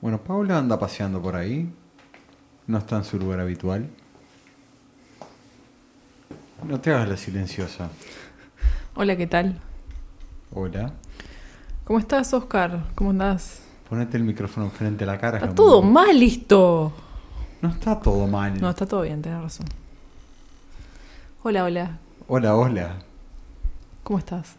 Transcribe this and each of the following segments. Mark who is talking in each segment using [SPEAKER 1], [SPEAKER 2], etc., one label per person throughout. [SPEAKER 1] Bueno, Paula anda paseando por ahí. No está en su lugar habitual. No te hagas la silenciosa.
[SPEAKER 2] Hola, ¿qué tal?
[SPEAKER 1] Hola.
[SPEAKER 2] ¿Cómo estás, Oscar? ¿Cómo andás?
[SPEAKER 1] Ponete el micrófono frente a la cara. es
[SPEAKER 2] Está
[SPEAKER 1] lo
[SPEAKER 2] todo
[SPEAKER 1] mismo.
[SPEAKER 2] mal listo.
[SPEAKER 1] No está todo mal.
[SPEAKER 2] No, está todo bien, tenés razón. Hola, hola.
[SPEAKER 1] Hola, hola.
[SPEAKER 2] ¿Cómo estás?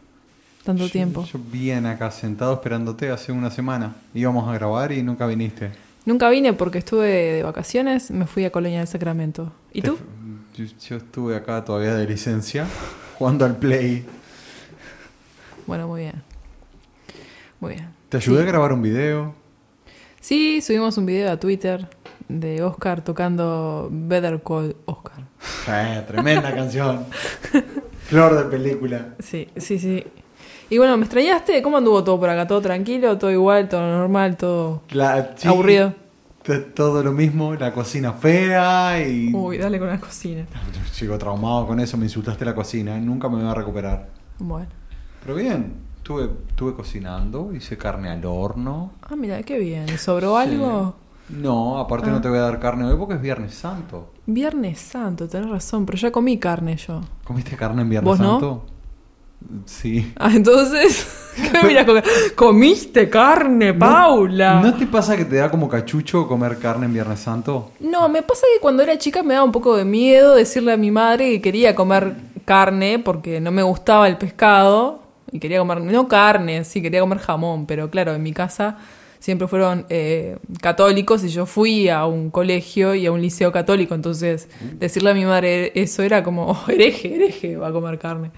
[SPEAKER 2] Tanto
[SPEAKER 1] Yo-
[SPEAKER 2] tiempo.
[SPEAKER 1] Yo bien acá sentado esperándote hace una semana. Íbamos a grabar y nunca viniste.
[SPEAKER 2] Nunca vine porque estuve de vacaciones, me fui a Colonia del Sacramento. ¿Y
[SPEAKER 1] Te-
[SPEAKER 2] tú?
[SPEAKER 1] Yo, yo estuve acá todavía de licencia jugando al play.
[SPEAKER 2] Bueno, muy bien. Muy bien.
[SPEAKER 1] Te ayudé
[SPEAKER 2] Sí.
[SPEAKER 1] a grabar un video.
[SPEAKER 2] Sí, subimos un video a Twitter de Oscar tocando Better Call Oscar.
[SPEAKER 1] Eh, tremenda canción. Flor de película.
[SPEAKER 2] Sí, sí, sí. Y bueno, ¿me extrañaste? ¿Cómo anduvo todo por acá? ¿Todo tranquilo? ¿Todo igual? ¿Todo normal? ¿Todo
[SPEAKER 1] La- sí,
[SPEAKER 2] aburrido?
[SPEAKER 1] t- Todo lo mismo, la cocina fea y...
[SPEAKER 2] Uy, dale con la cocina.
[SPEAKER 1] Sigo traumado con eso, me insultaste la cocina, nunca me voy a recuperar.
[SPEAKER 2] Bueno.
[SPEAKER 1] Pero bien, estuve, estuve cocinando, hice carne al horno.
[SPEAKER 2] Ah, mira, qué bien. ¿Sobró
[SPEAKER 1] Sí.
[SPEAKER 2] algo? Ah.
[SPEAKER 1] No, aparte no te voy a dar carne hoy porque es Viernes Santo.
[SPEAKER 2] Viernes Santo, tenés razón, pero ya comí carne yo.
[SPEAKER 1] ¿Comiste carne en Viernes
[SPEAKER 2] ¿Vos no?
[SPEAKER 1] Santo? Sí.
[SPEAKER 2] Ah, entonces, ¿qué me mirás con cara? ¿Comiste carne, Paula?
[SPEAKER 1] ¿No te pasa que te da como cachucho comer carne en Viernes Santo?
[SPEAKER 2] No, me pasa que cuando era chica me daba un poco de miedo decirle a mi madre que quería comer carne porque no me gustaba el pescado y quería comer, no carne, sí, quería comer jamón, pero claro, en mi casa siempre fueron eh, católicos y yo fui a un colegio y a un liceo católico, entonces decirle a mi madre eso era como, "Oh, hereje, hereje, va a comer carne.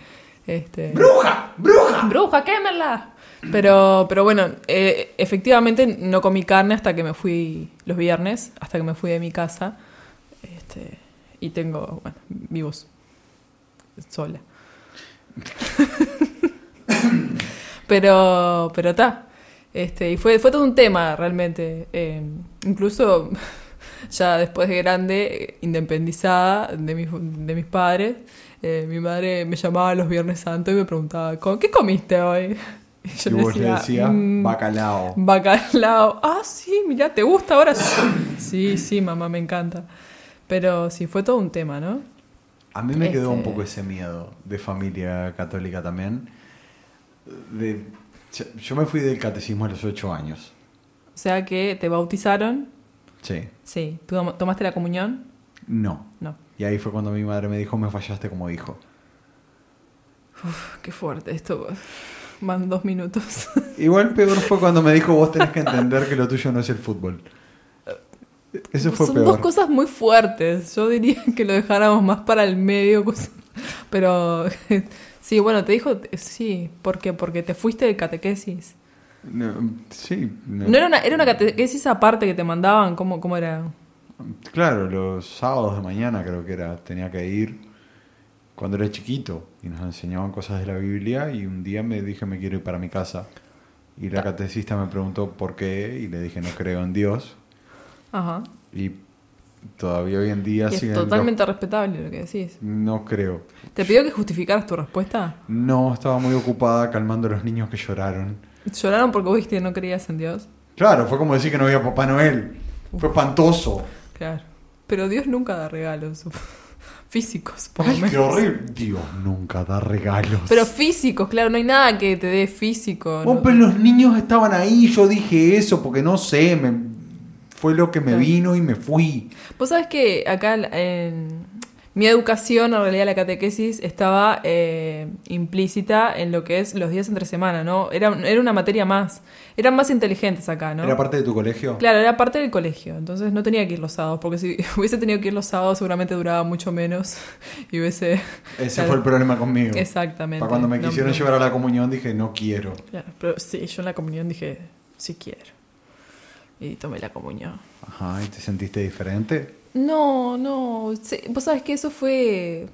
[SPEAKER 2] Este,
[SPEAKER 1] ¡Bruja! ¡Bruja!
[SPEAKER 2] Bruja, quémela. Pero, pero bueno, eh, efectivamente no comí carne hasta que me fui los viernes, hasta que me fui de mi casa. Este, y tengo, bueno, vivos sola. pero, pero está. Este, y fue, fue todo un tema realmente. Eh, incluso ya después de grande, eh, independizada de mis, de mis padres, eh, mi madre me llamaba los Viernes Santos y me preguntaba, "¿Con- ¿qué comiste hoy? Y yo
[SPEAKER 1] Y vos le decías,
[SPEAKER 2] "Mm,
[SPEAKER 1] bacalao.
[SPEAKER 2] Bacalao. Ah, sí, mirá, ¿te gusta ahora? Sí, sí, mamá, me encanta. Pero sí, fue todo un tema, ¿no?
[SPEAKER 1] A mí me quedó un
[SPEAKER 2] Este-
[SPEAKER 1] poco ese miedo de familia católica también. De- yo me fui del catecismo a los ocho años.
[SPEAKER 2] O sea que te bautizaron,
[SPEAKER 1] Sí.
[SPEAKER 2] sí. ¿Tú tom- tomaste la comunión?
[SPEAKER 1] No.
[SPEAKER 2] No.
[SPEAKER 1] Y ahí fue cuando mi madre me dijo, me fallaste como hijo.
[SPEAKER 2] Uf, qué fuerte esto. Van dos minutos.
[SPEAKER 1] Igual peor fue cuando me dijo, vos tenés que entender que lo tuyo no es el fútbol. Eso fue
[SPEAKER 2] Son dos
[SPEAKER 1] peor.
[SPEAKER 2] cosas muy fuertes. Yo diría que lo dejáramos más para el medio. cos- Pero sí, bueno, te dijo, sí, ¿por qué? Porque te fuiste de catequesis.
[SPEAKER 1] No, sí. no.
[SPEAKER 2] No era una, era una catequesis aparte que te mandaban, ¿cómo, cómo era?
[SPEAKER 1] Claro, los sábados de mañana creo que era, tenía que ir cuando era chiquito y nos enseñaban cosas de la Biblia y un día me dije me quiero ir para mi casa y
[SPEAKER 2] Ah.
[SPEAKER 1] la catecista me preguntó por qué y le dije no creo en Dios
[SPEAKER 2] Ajá.
[SPEAKER 1] y todavía hoy en día
[SPEAKER 2] Y es
[SPEAKER 1] siguen los-
[SPEAKER 2] totalmente respetable lo que decís.
[SPEAKER 1] no creo.
[SPEAKER 2] ¿Te pidió que justificaras tu respuesta?
[SPEAKER 1] No, estaba muy ocupada calmando a los niños que lloraron.
[SPEAKER 2] ¿Lloraron porque vos dijiste que no creías en Dios?
[SPEAKER 1] Claro, fue como decir que no había Papá Noel. Fue espantoso.
[SPEAKER 2] Claro. Pero Dios nunca da regalos físicos, por lo
[SPEAKER 1] Ay,
[SPEAKER 2] menos.
[SPEAKER 1] qué horrible. Dios nunca da regalos.
[SPEAKER 2] Pero físicos, claro, no hay nada que te dé físico.
[SPEAKER 1] Oh,
[SPEAKER 2] ¿no?
[SPEAKER 1] pero los niños estaban ahí, yo dije eso porque no sé, me- fue lo que me
[SPEAKER 2] Claro.
[SPEAKER 1] vino y me fui.
[SPEAKER 2] Vos sabés que acá en- en mi educación, en realidad la catequesis, estaba eh, implícita en lo que es los días entre semana, ¿no? Era, era una materia más. Eran más inteligentes acá, ¿no?
[SPEAKER 1] ¿Era parte de tu colegio?
[SPEAKER 2] Claro, era parte del colegio, entonces no tenía que ir los sábados, porque si hubiese tenido que ir los sábados seguramente duraba mucho menos y hubiese...
[SPEAKER 1] Ese
[SPEAKER 2] Claro.
[SPEAKER 1] fue el problema conmigo.
[SPEAKER 2] Exactamente.
[SPEAKER 1] Para cuando me
[SPEAKER 2] No,
[SPEAKER 1] quisieron
[SPEAKER 2] no.
[SPEAKER 1] llevar a la comunión dije, no quiero.
[SPEAKER 2] Claro, pero sí, yo en la comunión dije, sí quiero. Y tomé la comunión.
[SPEAKER 1] Ajá, ¿y te sentiste diferente?
[SPEAKER 2] No, no, sí, vos sabés que eso fue...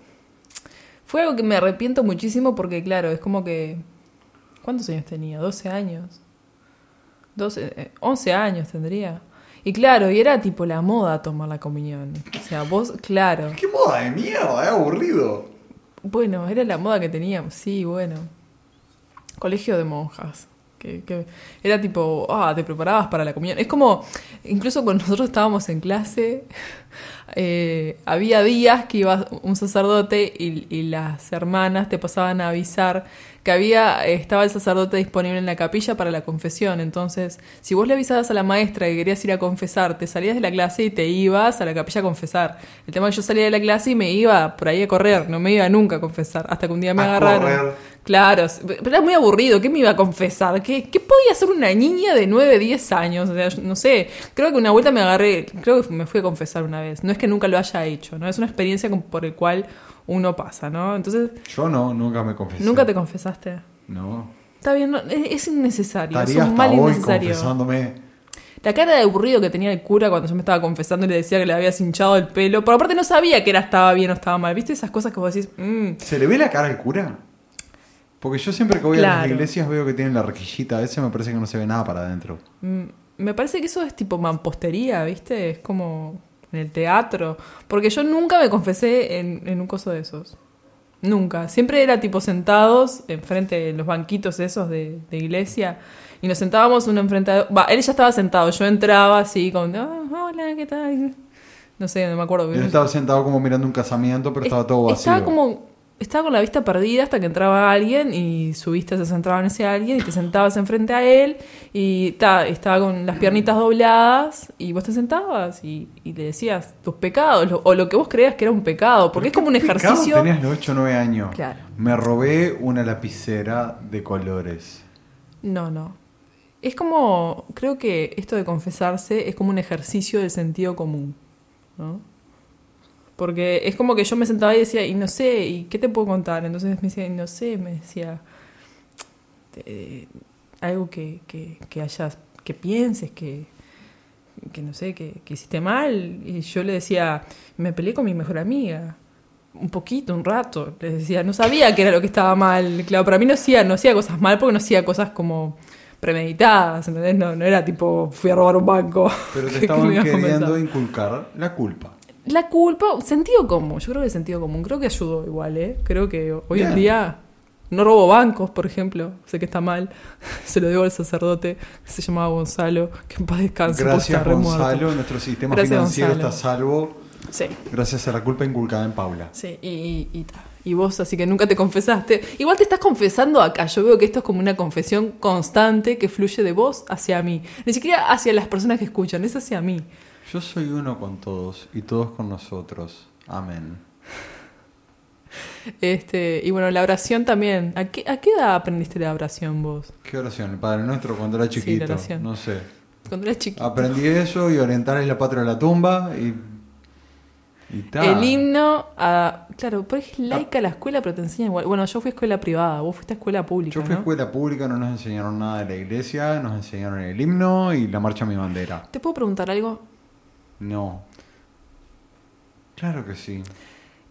[SPEAKER 2] Fue algo que me arrepiento muchísimo porque, claro, es como que... ¿Cuántos años tenía? ¿12 años? 12, eh, 11 años tendría. Y claro, y era tipo la moda tomar la comunión. O sea, vos, claro.
[SPEAKER 1] ¡Qué moda de mierda! ¡Es aburrido!
[SPEAKER 2] Bueno, era la moda que teníamos, sí, bueno. Colegio de monjas. ¿Qué que, que era tipo, ah, te preparabas para la comunión. Es como, incluso cuando nosotros estábamos en clase, eh, había días que iba un sacerdote y, y las hermanas te pasaban a avisar que había, estaba el sacerdote disponible en la capilla para la confesión. Entonces, si vos le avisabas a la maestra que querías ir a confesar, te salías de la clase y te ibas a la capilla a confesar. El tema es que yo salía de la clase y me iba por ahí a correr, no me iba nunca a confesar, hasta que un día me
[SPEAKER 1] A
[SPEAKER 2] agarraron.
[SPEAKER 1] correr.
[SPEAKER 2] Claro, pero era muy aburrido, ¿qué me iba a confesar? ¿Qué, qué podía hacer una niña de 9, 10 años? O sea, yo no sé, creo que una vuelta me agarré, creo que me fui a confesar una vez, no es que nunca lo haya hecho, ¿no? Es una experiencia con- por el cual uno pasa, ¿no? Entonces,
[SPEAKER 1] Yo no, nunca me confesé.
[SPEAKER 2] nunca te confesaste.
[SPEAKER 1] No.
[SPEAKER 2] Está bien, no, es, es innecesario,
[SPEAKER 1] Estaría
[SPEAKER 2] es un
[SPEAKER 1] hasta
[SPEAKER 2] mal
[SPEAKER 1] hoy
[SPEAKER 2] innecesario.
[SPEAKER 1] confesándome.
[SPEAKER 2] La cara de aburrido que tenía el cura cuando yo me estaba confesando y le decía que le había hinchado el pelo, pero aparte no sabía que era estaba bien o estaba mal, ¿viste? Esas cosas que vos decís, mm,
[SPEAKER 1] ¿Se le ve la cara al cura? Porque yo siempre que voy a las
[SPEAKER 2] Claro.
[SPEAKER 1] iglesias veo que tienen la rejillita. A veces me parece que no se ve nada para adentro.
[SPEAKER 2] Mm, Me parece que eso es tipo mampostería, ¿viste? Es como en el teatro. Porque yo nunca me confesé en, en un coso de esos. Nunca. Siempre era tipo sentados enfrente de los banquitos esos de, de iglesia. Y nos sentábamos uno enfrente a... Va, él ya estaba sentado. Yo entraba así con... "Ah, hola, ¿qué tal? No sé, no me acuerdo.
[SPEAKER 1] Yo estaba sentado como mirando un casamiento, pero estaba todo vacío.
[SPEAKER 2] Estaba como. Estaba con la vista perdida hasta que entraba alguien y su vista se centraba en ese alguien y te sentabas enfrente a él y ta, estaba con las piernitas dobladas y vos te sentabas y, y le decías tus pecados lo- o lo que vos creías que era un pecado, porque es como un
[SPEAKER 1] Pecado,
[SPEAKER 2] ejercicio.
[SPEAKER 1] Tenías los 8 o 9 años.
[SPEAKER 2] Claro.
[SPEAKER 1] Me robé una lapicera de colores.
[SPEAKER 2] No, no. Es como, creo que esto de confesarse es como un ejercicio del sentido común, ¿no? Porque es como que yo me sentaba y decía, y no sé, ¿y qué te puedo contar? Entonces me decía, y no sé, me decía eh, algo que, que, que hayas, que pienses, que, que no sé, que, que hiciste mal. Y yo le decía, me peleé con mi mejor amiga. Un poquito, un rato. Le decía, no sabía que era lo que estaba mal. Claro, para mí no hacía, no hacía cosas mal porque no hacía cosas como premeditadas, ¿entendés? No, no era tipo, fui a robar un banco.
[SPEAKER 1] Pero te
[SPEAKER 2] que- que me
[SPEAKER 1] estaban
[SPEAKER 2] iba a
[SPEAKER 1] queriendo
[SPEAKER 2] compensar.
[SPEAKER 1] inculcar la culpa.
[SPEAKER 2] La culpa, sentido común, yo creo que sentido común, creo que ayudó igual, ¿eh? Creo que hoy
[SPEAKER 1] Bien.
[SPEAKER 2] en día no robo bancos, por ejemplo, sé que está mal, se lo debo al sacerdote, que se llamaba Gonzalo, que en paz descanse, porque está
[SPEAKER 1] Gracias,
[SPEAKER 2] Ah, re muerto.
[SPEAKER 1] Gonzalo. Nuestro sistema
[SPEAKER 2] Gracias,
[SPEAKER 1] financiero
[SPEAKER 2] Gonzalo.
[SPEAKER 1] está salvo
[SPEAKER 2] Sí,
[SPEAKER 1] gracias a la culpa inculcada en Paula.
[SPEAKER 2] sí, y, y, y ta. Y vos, así que nunca te confesaste. Igual te estás confesando acá, yo veo que esto es como una confesión constante que fluye de vos hacia mí, ni siquiera hacia las personas que escuchan, es hacia mí.
[SPEAKER 1] Yo soy uno con todos y todos con nosotros. Amén.
[SPEAKER 2] Este, y bueno, la oración también, ¿a qué, a qué edad aprendiste la oración vos?
[SPEAKER 1] ¿Qué oración? El Padre Nuestro cuando era
[SPEAKER 2] Sí, la
[SPEAKER 1] chiquito.
[SPEAKER 2] oración.
[SPEAKER 1] no sé.
[SPEAKER 2] Cuando eras chiquita.
[SPEAKER 1] Aprendí eso y orientar es la patria de la tumba y. y ta.
[SPEAKER 2] El himno a. Claro, porque es laica la escuela, pero te enseñan igual. Bueno, yo fui a escuela privada, vos fuiste a escuela pública.
[SPEAKER 1] Yo fui a
[SPEAKER 2] ¿no?
[SPEAKER 1] escuela pública, no nos enseñaron nada de la iglesia, nos enseñaron el himno y la marcha a mi bandera.
[SPEAKER 2] ¿Te puedo preguntar algo?
[SPEAKER 1] No. Claro que sí.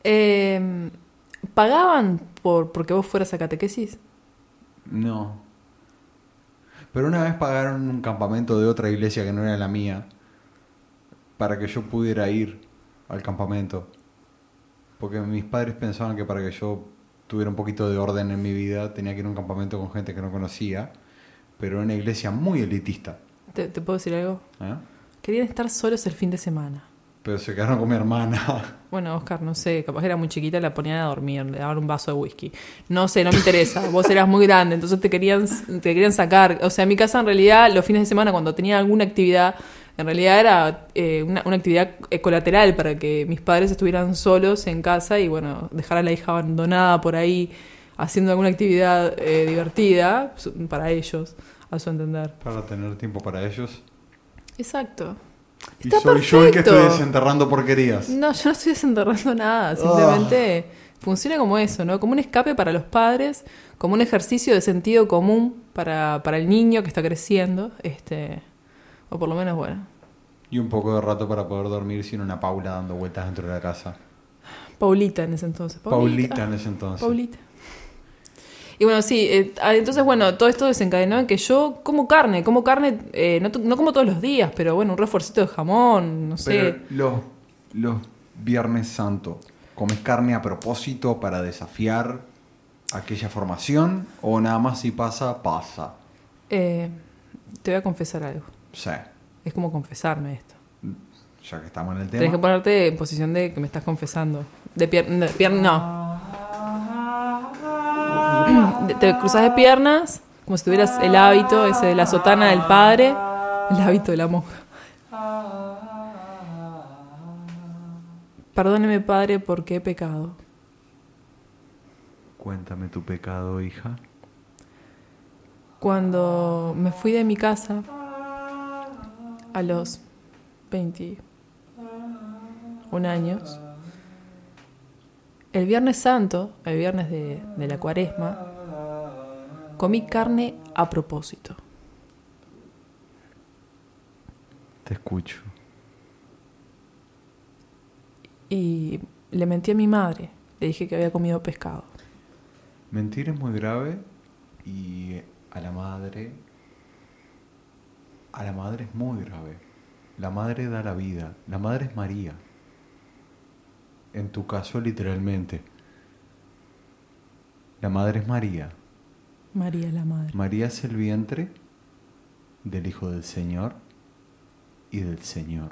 [SPEAKER 2] Eh, ¿Pagaban por porque vos fueras a catequesis?
[SPEAKER 1] No. Pero una vez pagaron un campamento de otra iglesia que no era la mía para que yo pudiera ir al campamento. Porque mis padres pensaban que para que yo tuviera un poquito de orden en mi vida tenía que ir a un campamento con gente que no conocía, pero era una iglesia muy elitista.
[SPEAKER 2] ¿Te, te puedo decir algo?
[SPEAKER 1] ¿eh?
[SPEAKER 2] Querían estar solos el fin de semana.
[SPEAKER 1] Pero se quedaron con mi hermana.
[SPEAKER 2] Bueno, Oscar, no sé, capaz era muy chiquita, la ponían a dormir, le daban un vaso de whisky. No sé, no me interesa, vos eras muy grande, entonces te querían, te querían sacar. O sea, en mi casa en realidad los fines de semana cuando tenía alguna actividad, en realidad era eh, una, una actividad eh, colateral para que mis padres estuvieran solos en casa y bueno, dejar a la hija abandonada por ahí haciendo alguna actividad eh, divertida su- para ellos, a su entender.
[SPEAKER 1] Para tener tiempo para ellos.
[SPEAKER 2] Exacto.
[SPEAKER 1] Y
[SPEAKER 2] Está
[SPEAKER 1] soy yo el que estoy
[SPEAKER 2] perfecto.
[SPEAKER 1] desenterrando porquerías.
[SPEAKER 2] No, yo no estoy desenterrando
[SPEAKER 1] Ah.
[SPEAKER 2] nada, simplemente funciona como eso, ¿no? Como un escape para los padres, como un ejercicio de sentido común para, para el niño que está creciendo, este, o por lo menos, bueno.
[SPEAKER 1] Y un poco de rato para poder dormir sin una Paula dando vueltas dentro de la casa.
[SPEAKER 2] Paulita en ese entonces.
[SPEAKER 1] Paulita, en ese entonces.
[SPEAKER 2] Paulita. Y bueno, sí, eh, ah, entonces, bueno, todo esto desencadenó en que yo como carne, como carne, eh, no, to- no como todos los días, pero bueno, un reforcito de jamón, no sé.
[SPEAKER 1] Pero los, los Viernes Santo, ¿comes carne a propósito para desafiar aquella formación? ¿O nada más si pasa, pasa?
[SPEAKER 2] Eh, te voy a confesar algo.
[SPEAKER 1] Sí,
[SPEAKER 2] Es como confesarme esto.
[SPEAKER 1] ya que estamos en el
[SPEAKER 2] Tenés que
[SPEAKER 1] tema.
[SPEAKER 2] ponerte en posición de que me estás confesando. De pierna. no. De- Te cruzas de piernas, como si tuvieras el hábito ese de la sotana del padre, el hábito de la monja. Perdóneme, padre, porque he pecado.
[SPEAKER 1] Cuéntame tu pecado, hija.
[SPEAKER 2] Cuando me fui de mi casa a los 21 años, el Viernes Santo, el viernes de, de la cuaresma, comí carne a propósito.
[SPEAKER 1] Te escucho.
[SPEAKER 2] Y le mentí a mi madre, le dije que había comido pescado.
[SPEAKER 1] Mentir es muy grave y a la madre. A la madre es muy grave. La madre da la vida. La madre es María. En tu caso, literalmente. La madre es María.
[SPEAKER 2] María la madre.
[SPEAKER 1] María es el vientre del Hijo del Señor y del Señor.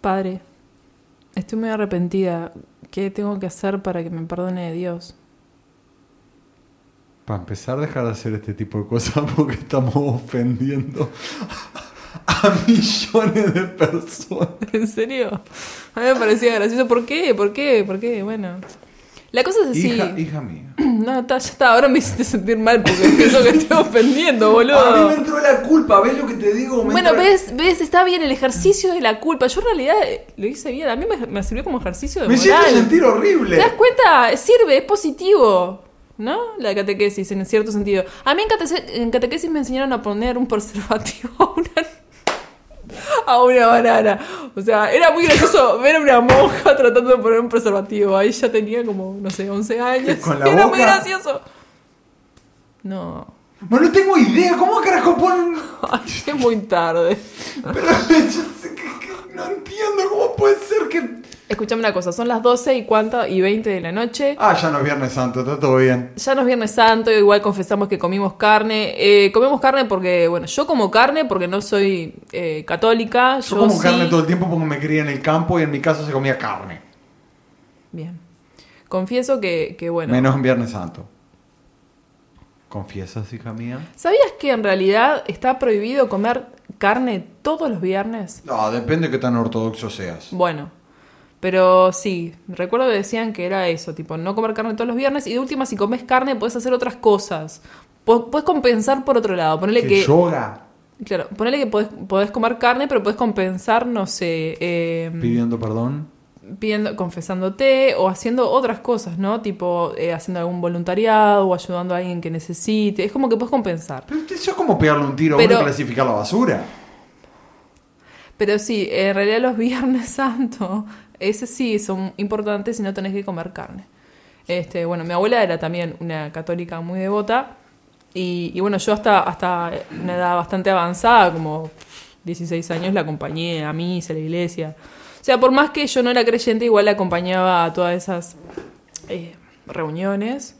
[SPEAKER 2] Padre, estoy muy arrepentida. ¿Qué tengo que hacer para que me perdone Dios?
[SPEAKER 1] Para empezar, dejar de hacer este tipo de cosas porque estamos ofendiendo a millones de personas.
[SPEAKER 2] ¿En serio? A mí me parecía gracioso. ¿Por qué? ¿Por qué? ¿Por qué? Bueno. La cosa es así.
[SPEAKER 1] Hija, hija mía.
[SPEAKER 2] No, está, ya está. Ahora me hiciste sentir mal porque pienso que estoy ofendiendo,
[SPEAKER 1] A mí me
[SPEAKER 2] boludo.
[SPEAKER 1] entró la culpa, ¿ves lo que te digo? Me
[SPEAKER 2] Bueno,
[SPEAKER 1] entró-
[SPEAKER 2] ves, ves, está bien el ejercicio de la culpa. Yo en realidad eh, lo hice bien. A mí me, me sirvió como ejercicio de
[SPEAKER 1] Me hiciste
[SPEAKER 2] moral.
[SPEAKER 1] sentir
[SPEAKER 2] ¿Te
[SPEAKER 1] horrible.
[SPEAKER 2] das cuenta? Sirve, es positivo. ¿No? La catequesis, en cierto sentido. A mí en, cate- en catequesis me enseñaron a poner un preservativo a una, a una banana. O sea, era muy gracioso ver a una monja tratando de poner un preservativo. Ahí ya tenía como, no sé, 11 años.
[SPEAKER 1] ¿Con la
[SPEAKER 2] era
[SPEAKER 1] boca?
[SPEAKER 2] muy gracioso. No.
[SPEAKER 1] No, no tengo idea. ¿Cómo carajo ponen.?
[SPEAKER 2] Ay, es muy tarde.
[SPEAKER 1] Pero yo sé que- que no entiendo cómo puede ser que.
[SPEAKER 2] Escuchame una cosa, son las 12 y cuánto y 20 de la noche.
[SPEAKER 1] Ah, ya no es Viernes Santo, está todo bien.
[SPEAKER 2] Ya no es Viernes Santo, igual confesamos que comimos carne. Eh, comemos carne porque, bueno, yo como carne porque no soy eh, católica. Yo,
[SPEAKER 1] Yo como
[SPEAKER 2] sí-
[SPEAKER 1] carne todo el tiempo porque me quería en el campo y en mi casa se comía carne.
[SPEAKER 2] Bien. Confieso que, que, bueno.
[SPEAKER 1] Menos en Viernes Santo. ¿Confiesas, hija mía?
[SPEAKER 2] ¿Sabías que en realidad está prohibido comer carne todos los viernes?
[SPEAKER 1] No, depende de qué tan ortodoxo seas.
[SPEAKER 2] Bueno, pero sí, recuerdo que decían que era eso, tipo, no comer carne todos los viernes y de última, si comes carne, puedes hacer otras cosas. Po- Puedes compensar por otro lado. Ponele
[SPEAKER 1] ¿Qué
[SPEAKER 2] que.
[SPEAKER 1] yoga?
[SPEAKER 2] Claro, ponele que podés, podés comer carne, pero podés compensar, no sé, eh,
[SPEAKER 1] Pidiendo perdón.
[SPEAKER 2] pidiendo, confesándote o haciendo otras cosas, ¿no? Tipo, eh, haciendo algún voluntariado o ayudando a alguien que necesite. Es como que podés compensar.
[SPEAKER 1] Pero eso es como pegarle un tiro a
[SPEAKER 2] Pero-
[SPEAKER 1] uno y clasificar la basura.
[SPEAKER 2] Pero sí, en realidad los Viernes Santos, ese sí, son importantes y no tenés que comer carne. Este, bueno, mi abuela era también una católica muy devota y, y bueno, yo hasta, hasta una edad bastante avanzada, como 16 años, la acompañé a misa, a la iglesia. O sea, por más que yo no era creyente, igual la acompañaba a todas esas eh, reuniones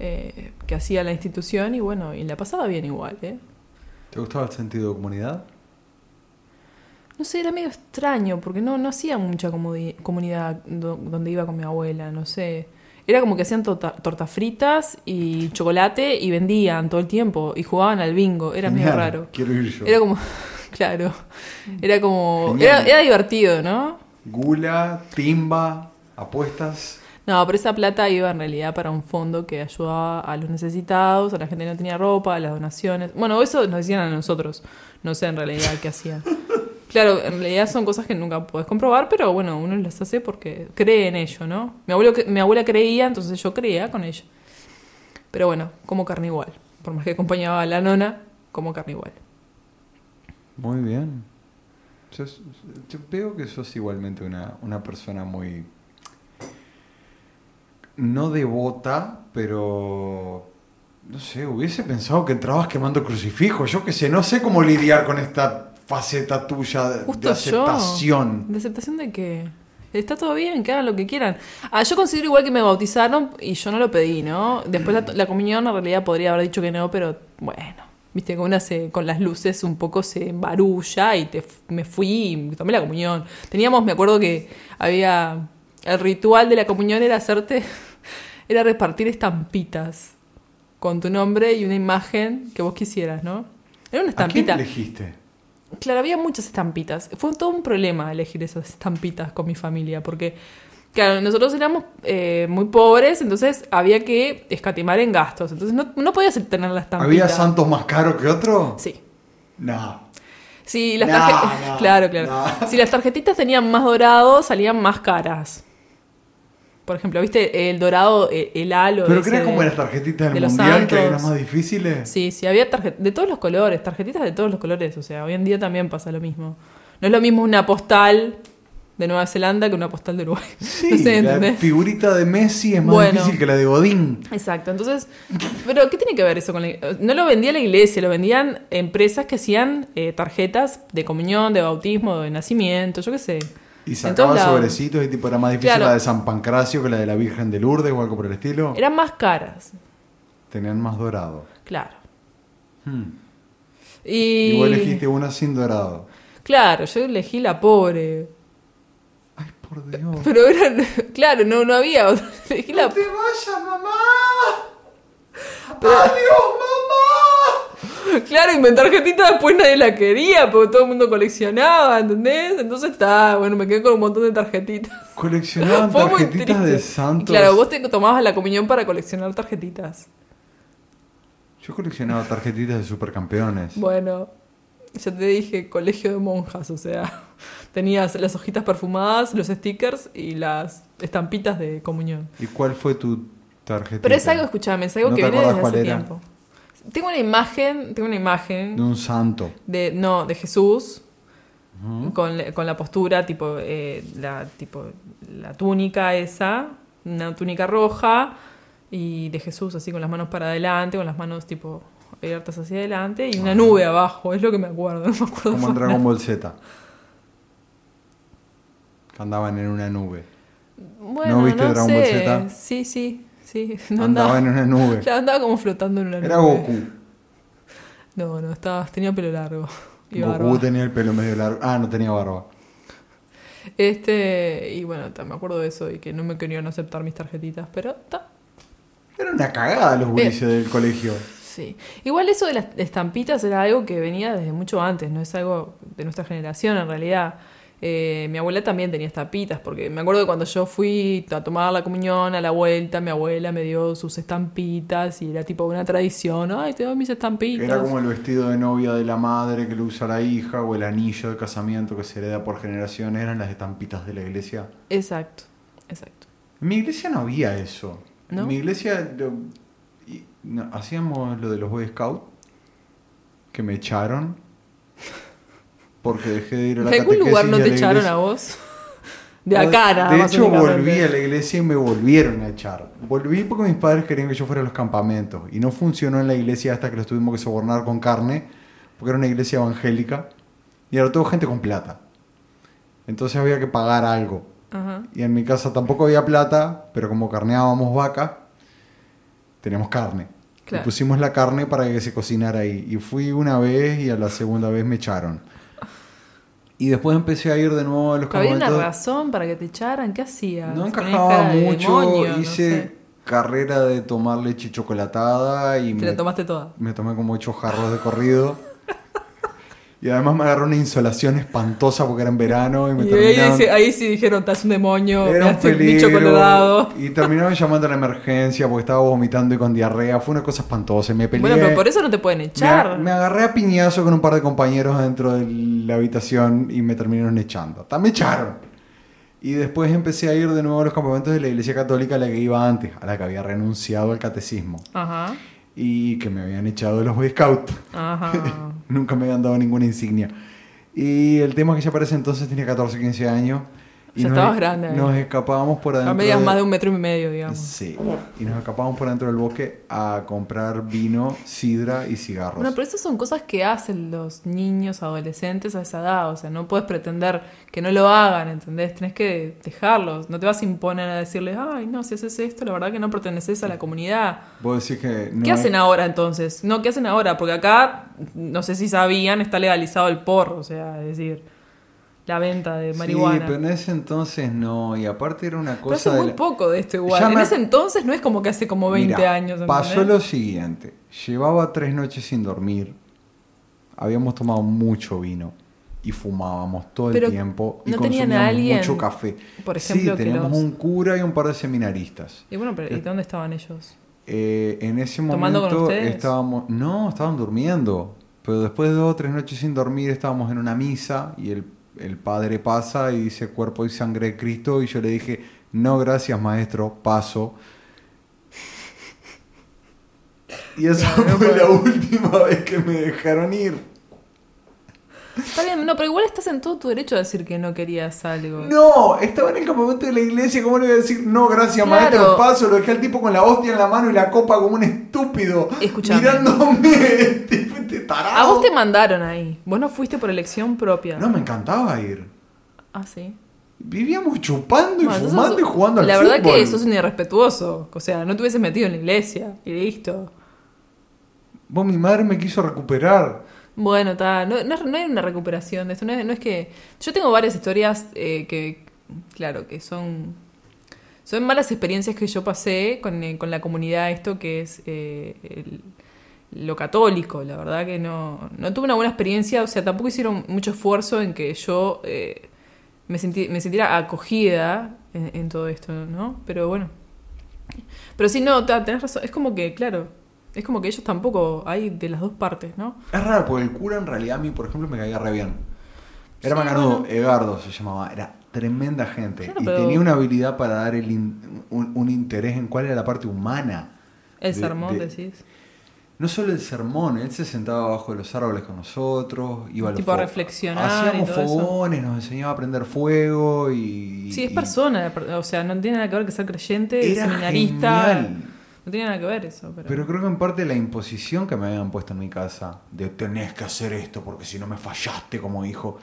[SPEAKER 2] eh, que hacía la institución y bueno, y la pasaba bien igual, ¿eh?
[SPEAKER 1] ¿Te gustaba el sentido de comunidad?
[SPEAKER 2] No sé, era medio extraño, porque no, no hacía mucha comudi- comunidad do- donde iba con mi abuela, no sé. Era como que hacían tota- tortas fritas y chocolate y vendían todo el tiempo y jugaban al bingo, era medio
[SPEAKER 1] Genial,
[SPEAKER 2] raro.
[SPEAKER 1] Quiero ir yo.
[SPEAKER 2] Era como, claro, era como,
[SPEAKER 1] Genial.
[SPEAKER 2] era, era divertido, ¿no?
[SPEAKER 1] Gula, timba, apuestas.
[SPEAKER 2] No, pero esa plata iba en realidad para un fondo que ayudaba a los necesitados, a la gente que no tenía ropa, a las donaciones. Bueno, eso nos decían a nosotros. No sé en realidad qué hacían. Claro, en realidad son cosas que nunca podés comprobar, pero bueno, uno las hace porque cree en ello, ¿no? Mi, abuelo, cre- mi abuela creía, entonces yo creía con ella. Pero bueno, como carne igual. Por más que acompañaba a la nona, como carne igual.
[SPEAKER 1] Muy bien. Yo, yo veo que sos igualmente una, una persona muy... No devota, pero... No sé, hubiese pensado que entrabas quemando crucifijos. Yo qué sé, no sé cómo lidiar con esta faceta tuya de,
[SPEAKER 2] Justo
[SPEAKER 1] de aceptación.
[SPEAKER 2] yo. ¿De aceptación de que Está todo bien, que hagan lo que quieran. Ah, yo considero igual que me bautizaron y yo no lo pedí, ¿no? Después la, la comunión en realidad podría haber dicho que no, pero bueno, viste que una se, con las luces un poco se embarulla y te, me fui y tomé la comunión. Teníamos, me acuerdo que había, el ritual de la comunión era hacerte, era repartir estampitas con tu nombre y una imagen que vos quisieras, ¿no? Era una
[SPEAKER 1] ¿A quién
[SPEAKER 2] estampita.
[SPEAKER 1] elegiste?
[SPEAKER 2] Claro, había muchas estampitas. Fue todo un problema elegir esas estampitas con mi familia, porque, claro, nosotros éramos eh, muy pobres, entonces había que escatimar en gastos. Entonces no, no podías tener la estampita.
[SPEAKER 1] ¿Había santos más caros que otro?
[SPEAKER 2] Sí.
[SPEAKER 1] No.
[SPEAKER 2] Si las,
[SPEAKER 1] No,
[SPEAKER 2] tarje-
[SPEAKER 1] no,
[SPEAKER 2] claro, claro.
[SPEAKER 1] no.
[SPEAKER 2] Si las tarjetitas tenían más dorado, salían más caras. Por ejemplo, ¿viste? El dorado, eh, el halo.
[SPEAKER 1] Pero
[SPEAKER 2] ese
[SPEAKER 1] que era como
[SPEAKER 2] de-
[SPEAKER 1] las tarjetitas
[SPEAKER 2] de
[SPEAKER 1] del
[SPEAKER 2] los
[SPEAKER 1] mundial, que hay
[SPEAKER 2] santos.
[SPEAKER 1] unas más difíciles.
[SPEAKER 2] Sí, sí, había tarjetas de todos los colores, tarjetitas de todos los colores, o sea, hoy en día también pasa lo mismo. No es lo mismo una postal de Nueva Zelanda que una postal de Uruguay.
[SPEAKER 1] Sí,
[SPEAKER 2] no sé,
[SPEAKER 1] la
[SPEAKER 2] ¿entendés?
[SPEAKER 1] figurita de Messi es más
[SPEAKER 2] Bueno.
[SPEAKER 1] difícil que la de Godín.
[SPEAKER 2] Exacto, entonces, pero ¿qué tiene que ver eso con la iglesia? No lo vendía la iglesia, lo vendían empresas que hacían eh, tarjetas de comunión, de bautismo, de nacimiento, yo qué sé.
[SPEAKER 1] Y
[SPEAKER 2] En
[SPEAKER 1] sacaba
[SPEAKER 2] todos lados.
[SPEAKER 1] sobrecitos y tipo era más difícil
[SPEAKER 2] Claro.
[SPEAKER 1] la de San Pancracio que la de la Virgen de Lourdes o algo por el estilo.
[SPEAKER 2] Eran más caras,
[SPEAKER 1] Tenían más dorado.
[SPEAKER 2] claro.
[SPEAKER 1] Hmm.
[SPEAKER 2] Y,
[SPEAKER 1] Y vos elegiste una sin dorado.
[SPEAKER 2] Claro, yo elegí la pobre.
[SPEAKER 1] Ay, por Dios.
[SPEAKER 2] Pero eran, claro, no, no había otra. Elegí la
[SPEAKER 1] ¡No te vayas, mamá! ¡Adiós,
[SPEAKER 2] Claro, inventar tarjetita después nadie la quería, porque todo el mundo coleccionaba, ¿entendés? Entonces está, bueno, me quedé con un montón de tarjetitas.
[SPEAKER 1] mamá! Coleccionaban
[SPEAKER 2] Fue muy
[SPEAKER 1] tarjetitas
[SPEAKER 2] triste.
[SPEAKER 1] de
[SPEAKER 2] Y
[SPEAKER 1] santos.
[SPEAKER 2] Claro, vos te tomabas la comunión para coleccionar tarjetitas.
[SPEAKER 1] Yo coleccionaba tarjetitas de supercampeones.
[SPEAKER 2] Bueno, ya te dije, colegio de monjas, o sea, tenías las hojitas perfumadas, los stickers y las estampitas de comunión.
[SPEAKER 1] ¿Y cuál fue tu tarjetita?
[SPEAKER 2] Pero es algo, escuchame, es algo
[SPEAKER 1] ¿No
[SPEAKER 2] que
[SPEAKER 1] te
[SPEAKER 2] viene
[SPEAKER 1] acordás
[SPEAKER 2] desde
[SPEAKER 1] cuál
[SPEAKER 2] hace
[SPEAKER 1] era?
[SPEAKER 2] tiempo. Tengo una imagen, tengo una imagen.
[SPEAKER 1] De un santo.
[SPEAKER 2] de no de Jesús con, la- con la postura tipo eh, la tipo la túnica esa una túnica roja y de Jesús así con las manos para adelante con las manos tipo abiertas hacia adelante y una nube abajo es lo que me acuerdo no me acuerdo
[SPEAKER 1] Como en
[SPEAKER 2] más
[SPEAKER 1] Dragon Ball Z. Que andaban en una nube.
[SPEAKER 2] bueno
[SPEAKER 1] ¿No viste Dragon Ball Z?
[SPEAKER 2] sí sí sí no andaba
[SPEAKER 1] andaban en una nube.
[SPEAKER 2] Claro, andaba como flotando en una
[SPEAKER 1] Era
[SPEAKER 2] nube.
[SPEAKER 1] Goku.
[SPEAKER 2] no no estaba tenía pelo largo y
[SPEAKER 1] Goku
[SPEAKER 2] barba.
[SPEAKER 1] tenía el pelo medio largo. Ah, no tenía barba.
[SPEAKER 2] este y bueno ta, me acuerdo de eso y que no me querían aceptar mis tarjetitas pero ta,
[SPEAKER 1] Era una cagada los gurises del colegio.
[SPEAKER 2] Sí. Igual eso de las estampitas era algo que venía desde mucho antes, no es algo de nuestra generación en realidad. Eh, mi abuela también tenía estampitas, porque me acuerdo que cuando yo fui a tomar la comunión a la vuelta, mi abuela me dio sus estampitas y era tipo una tradición, ay, te doy mis estampitas.
[SPEAKER 1] Era como el vestido de novia de la madre que lo usa la hija o el anillo de casamiento que se hereda por generaciones. Eran las estampitas de la iglesia.
[SPEAKER 2] Exacto, exacto.
[SPEAKER 1] En mi iglesia no había eso.
[SPEAKER 2] ¿No?
[SPEAKER 1] En mi iglesia lo- y- no, hacíamos lo de los Boy Scouts, que me echaron. Porque dejé de ir a la
[SPEAKER 2] ¿De algún lugar
[SPEAKER 1] catequesis
[SPEAKER 2] no
[SPEAKER 1] y a
[SPEAKER 2] te
[SPEAKER 1] la
[SPEAKER 2] echaron
[SPEAKER 1] iglesia.
[SPEAKER 2] a vos? De acá, nada
[SPEAKER 1] De
[SPEAKER 2] más
[SPEAKER 1] hecho,
[SPEAKER 2] únicamente.
[SPEAKER 1] volví a la iglesia y me volvieron a echar. Volví porque mis padres querían que yo fuera a los campamentos. Y no funcionó en la iglesia hasta que los tuvimos que sobornar con carne, porque era una iglesia evangélica. Y era todo gente con plata. Entonces había que pagar algo.
[SPEAKER 2] Ajá.
[SPEAKER 1] Y en mi casa tampoco había plata, pero como carneábamos vaca, teníamos carne.
[SPEAKER 2] Claro.
[SPEAKER 1] Y pusimos la carne para que se cocinara ahí. Y fui una vez y a la segunda vez me echaron. Y después empecé a ir de nuevo a los
[SPEAKER 2] Había una
[SPEAKER 1] campamentos.
[SPEAKER 2] razón para que te echaran, ¿qué hacías?
[SPEAKER 1] No
[SPEAKER 2] Tenías
[SPEAKER 1] encajaba
[SPEAKER 2] cara de
[SPEAKER 1] mucho,
[SPEAKER 2] demonio, no
[SPEAKER 1] hice
[SPEAKER 2] sé.
[SPEAKER 1] carrera de tomar leche chocolatada y
[SPEAKER 2] Te la
[SPEAKER 1] me,
[SPEAKER 2] tomaste toda.
[SPEAKER 1] me tomé como ocho jarros de corrido. y además me agarró una insolación espantosa porque era en verano y me
[SPEAKER 2] Y ahí,
[SPEAKER 1] terminaron...
[SPEAKER 2] sí- ahí sí dijeron, estás un demonio,
[SPEAKER 1] Era un
[SPEAKER 2] miraste un este bicho
[SPEAKER 1] peligro.
[SPEAKER 2] colorado.
[SPEAKER 1] Y terminaron llamando a la emergencia porque estaba vomitando y con diarrea. Fue una cosa espantosa. y Me peleé.
[SPEAKER 2] Bueno, pero por eso no te pueden
[SPEAKER 1] me, a-
[SPEAKER 2] echar.
[SPEAKER 1] me agarré a piñazo con un par de compañeros dentro de la habitación y me terminaron echando. También echaron. Y después empecé a ir de nuevo a los campamentos de la iglesia católica a la que iba antes, a la que había renunciado al catecismo.
[SPEAKER 2] Ajá,
[SPEAKER 1] Y que me habían echado de los Boy Scouts.
[SPEAKER 2] ajá.
[SPEAKER 1] Nunca me habían dado ninguna insignia. Y el tema es que ya para ese entonces tenía 14, 15 años. Y
[SPEAKER 2] Ya
[SPEAKER 1] nos-
[SPEAKER 2] estabas grande ahí.
[SPEAKER 1] Nos escapábamos por adentro.
[SPEAKER 2] A medias
[SPEAKER 1] de-
[SPEAKER 2] más de un metro y medio, digamos.
[SPEAKER 1] Sí. Y nos escapábamos por adentro del bosque a comprar vino, sidra y cigarros.
[SPEAKER 2] Bueno, pero esas son cosas que hacen los niños, adolescentes a esa edad. O sea, no puedes pretender que no lo hagan, ¿entendés? Tenés que dejarlos. No te vas a imponer a decirles, ay, no, si haces esto, la verdad que no perteneces a la comunidad.
[SPEAKER 1] Vos decís que. no
[SPEAKER 2] ¿Qué
[SPEAKER 1] es-
[SPEAKER 2] hacen ahora entonces? No, ¿qué hacen ahora? Porque acá, no sé si sabían, está legalizado el porro, o sea, es decir, la venta de marihuana.
[SPEAKER 1] Sí, pero en ese entonces no. Y aparte era una
[SPEAKER 2] Pero
[SPEAKER 1] cosa.
[SPEAKER 2] hace
[SPEAKER 1] de
[SPEAKER 2] muy
[SPEAKER 1] la-
[SPEAKER 2] poco de esto igual.
[SPEAKER 1] Ya
[SPEAKER 2] en
[SPEAKER 1] me-
[SPEAKER 2] ese entonces no es como que hace como 20
[SPEAKER 1] Mirá,
[SPEAKER 2] años.
[SPEAKER 1] Pasó
[SPEAKER 2] ¿entendés?
[SPEAKER 1] lo siguiente. Llevaba tres noches sin dormir. Habíamos tomado mucho vino. Y fumábamos todo
[SPEAKER 2] Pero
[SPEAKER 1] el tiempo. Y
[SPEAKER 2] no tenían a
[SPEAKER 1] consumíamos
[SPEAKER 2] alguien,
[SPEAKER 1] mucho café.
[SPEAKER 2] por ejemplo,
[SPEAKER 1] sí,
[SPEAKER 2] que
[SPEAKER 1] teníamos
[SPEAKER 2] los-
[SPEAKER 1] un cura y un par de seminaristas.
[SPEAKER 2] Y bueno, pero ¿y dónde estaban ellos?
[SPEAKER 1] Eh, en ese
[SPEAKER 2] ¿Tomando con
[SPEAKER 1] momento
[SPEAKER 2] ustedes?
[SPEAKER 1] estábamos. No, estaban durmiendo. Pero después de dos o tres noches sin dormir, estábamos en una misa y el, el padre pasa y dice cuerpo y sangre de Cristo. Y yo le dije, no, gracias, maestro, paso. Y esa fue la última vez que me dejaron ir.
[SPEAKER 2] Está bien, no, pero igual estás en todo tu derecho a decir que no querías algo.
[SPEAKER 1] No, estaba en el campamento de la iglesia. ¿Cómo le voy a decir, no, gracias,
[SPEAKER 2] Claro.
[SPEAKER 1] maestro, paso? Lo dejé al tipo con la hostia en la mano y la copa como un estúpido.
[SPEAKER 2] Escuchame.
[SPEAKER 1] Mirándome. Este, este tarado.
[SPEAKER 2] A vos te mandaron ahí. Vos no fuiste por elección propia.
[SPEAKER 1] No, me encantaba ir.
[SPEAKER 2] Ah, sí.
[SPEAKER 1] Vivíamos chupando y
[SPEAKER 2] Bueno, entonces
[SPEAKER 1] fumando y
[SPEAKER 2] sos-
[SPEAKER 1] jugando al
[SPEAKER 2] La
[SPEAKER 1] fútbol.
[SPEAKER 2] verdad que sos un irrespetuoso. O sea, no te hubieses metido en la iglesia y listo.
[SPEAKER 1] Vos, mi madre me quiso recuperar.
[SPEAKER 2] Bueno, ta, no, no, es- no hay una recuperación de esto, no es, no es que... Yo tengo varias historias eh, que, claro, que son... Son malas experiencias que yo pasé con, eh, con la comunidad, esto que es eh, el- lo católico, la verdad que no, no tuve una buena experiencia, o sea, tampoco hicieron mucho esfuerzo en que yo eh, me, sentí, me sintiera acogida en, en todo esto, ¿no? Pero bueno. Pero sí, no, ta, tenés razón, es como que, claro, es como que ellos tampoco, hay de las dos partes, ¿no?
[SPEAKER 1] Es raro, porque el cura en realidad a mí, por ejemplo, me caía re bien. Era
[SPEAKER 2] Sí,
[SPEAKER 1] macanudo,
[SPEAKER 2] bueno.
[SPEAKER 1] Egardo se llamaba. Era tremenda gente.
[SPEAKER 2] Claro,
[SPEAKER 1] y
[SPEAKER 2] pero-
[SPEAKER 1] tenía una habilidad para dar el in- un, un interés en cuál era la parte humana.
[SPEAKER 2] El
[SPEAKER 1] de-
[SPEAKER 2] sermón,
[SPEAKER 1] de-
[SPEAKER 2] decís.
[SPEAKER 1] No solo el sermón, él se sentaba abajo de los árboles con nosotros, iba a los
[SPEAKER 2] Tipo a
[SPEAKER 1] fo-
[SPEAKER 2] reflexionar y
[SPEAKER 1] Hacíamos
[SPEAKER 2] todo eso.
[SPEAKER 1] fogones, nos enseñaba a prender fuego y.
[SPEAKER 2] Sí, es
[SPEAKER 1] y-
[SPEAKER 2] persona, la per- o sea, no tiene nada que ver que ser creyente,
[SPEAKER 1] Era
[SPEAKER 2] seminarista.
[SPEAKER 1] genial.
[SPEAKER 2] No tiene nada que ver eso, pero.
[SPEAKER 1] Pero creo que en parte la imposición que me habían puesto en mi casa, de tenés que hacer esto porque si no me fallaste como hijo,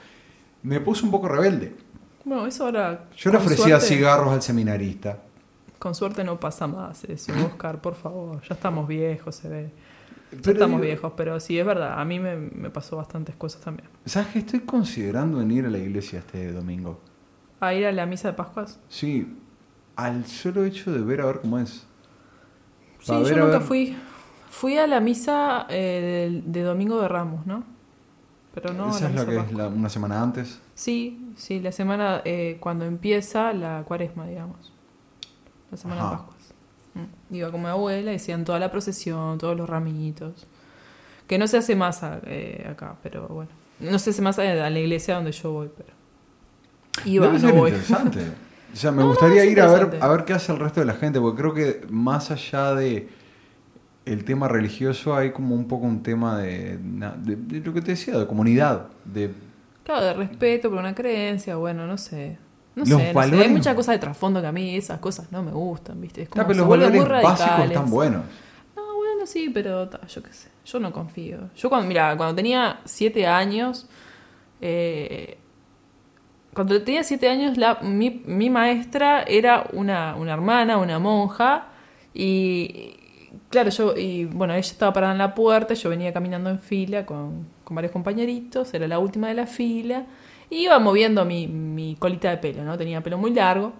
[SPEAKER 1] me puso un poco rebelde.
[SPEAKER 2] Bueno, eso ahora.
[SPEAKER 1] Yo le
[SPEAKER 2] con
[SPEAKER 1] ofrecía
[SPEAKER 2] suerte-
[SPEAKER 1] cigarros al seminarista.
[SPEAKER 2] Con suerte no pasa más eso,
[SPEAKER 1] ¿Mm?
[SPEAKER 2] Oscar, por favor. Ya estamos viejos, se ve. Ya
[SPEAKER 1] Pero
[SPEAKER 2] estamos
[SPEAKER 1] digo-
[SPEAKER 2] viejos, pero sí, es verdad. A mí me, me pasó bastantes cosas también.
[SPEAKER 1] ¿Sabes que estoy considerando en ir a la iglesia este domingo?
[SPEAKER 2] ¿A ir a la misa de Pascuas?
[SPEAKER 1] Sí, al solo hecho de ver a ver cómo es.
[SPEAKER 2] Sí,
[SPEAKER 1] A ver,
[SPEAKER 2] yo
[SPEAKER 1] a
[SPEAKER 2] nunca
[SPEAKER 1] ver.
[SPEAKER 2] fui. Fui a la misa eh, del- de, Domingo de Ramos, ¿no? Pero no a
[SPEAKER 1] Esa
[SPEAKER 2] la
[SPEAKER 1] es la
[SPEAKER 2] misa de
[SPEAKER 1] que es
[SPEAKER 2] Pascuas.
[SPEAKER 1] la- una semana antes.
[SPEAKER 2] Sí, sí, la semana eh, cuando empieza la cuaresma, digamos. La semana de
[SPEAKER 1] Ajá.
[SPEAKER 2] Pascuas. Mm. Iba con mi abuela y hacían toda la procesión, todos los ramitos. Que no se hace más a- eh, acá, pero bueno. No se hace más a, a la iglesia donde yo voy, pero. Iba,
[SPEAKER 1] Debe
[SPEAKER 2] no
[SPEAKER 1] ser
[SPEAKER 2] voy.
[SPEAKER 1] interesante. O sea, me
[SPEAKER 2] No, no,
[SPEAKER 1] gustaría
[SPEAKER 2] es
[SPEAKER 1] ir a ver,
[SPEAKER 2] interesante.
[SPEAKER 1] a ver qué hace el resto de la gente, porque creo que más allá de el tema religioso hay como un poco un tema de, na- de- de lo que te decía, de comunidad, de
[SPEAKER 2] Claro, de respeto por una creencia, bueno, no sé. No
[SPEAKER 1] Los
[SPEAKER 2] sé, no sé.
[SPEAKER 1] valores-
[SPEAKER 2] Hay muchas cosas de trasfondo que a mí esas cosas no me gustan, ¿viste? Es como
[SPEAKER 1] Ah, pero
[SPEAKER 2] se
[SPEAKER 1] los
[SPEAKER 2] vuelven muy
[SPEAKER 1] valores básicos
[SPEAKER 2] radicales.
[SPEAKER 1] están buenos.
[SPEAKER 2] No, bueno, sí, pero ta, yo qué sé. Yo no confío. Yo cuando, mira, cuando tenía siete años, eh, cuando tenía siete años, la, mi, mi maestra era una, una hermana, una monja, y claro, yo, y bueno, ella estaba parada en la puerta, yo venía caminando en fila con, con varios compañeritos, era la última de la fila, y iba moviendo mi, mi colita de pelo, ¿no? Tenía pelo muy largo.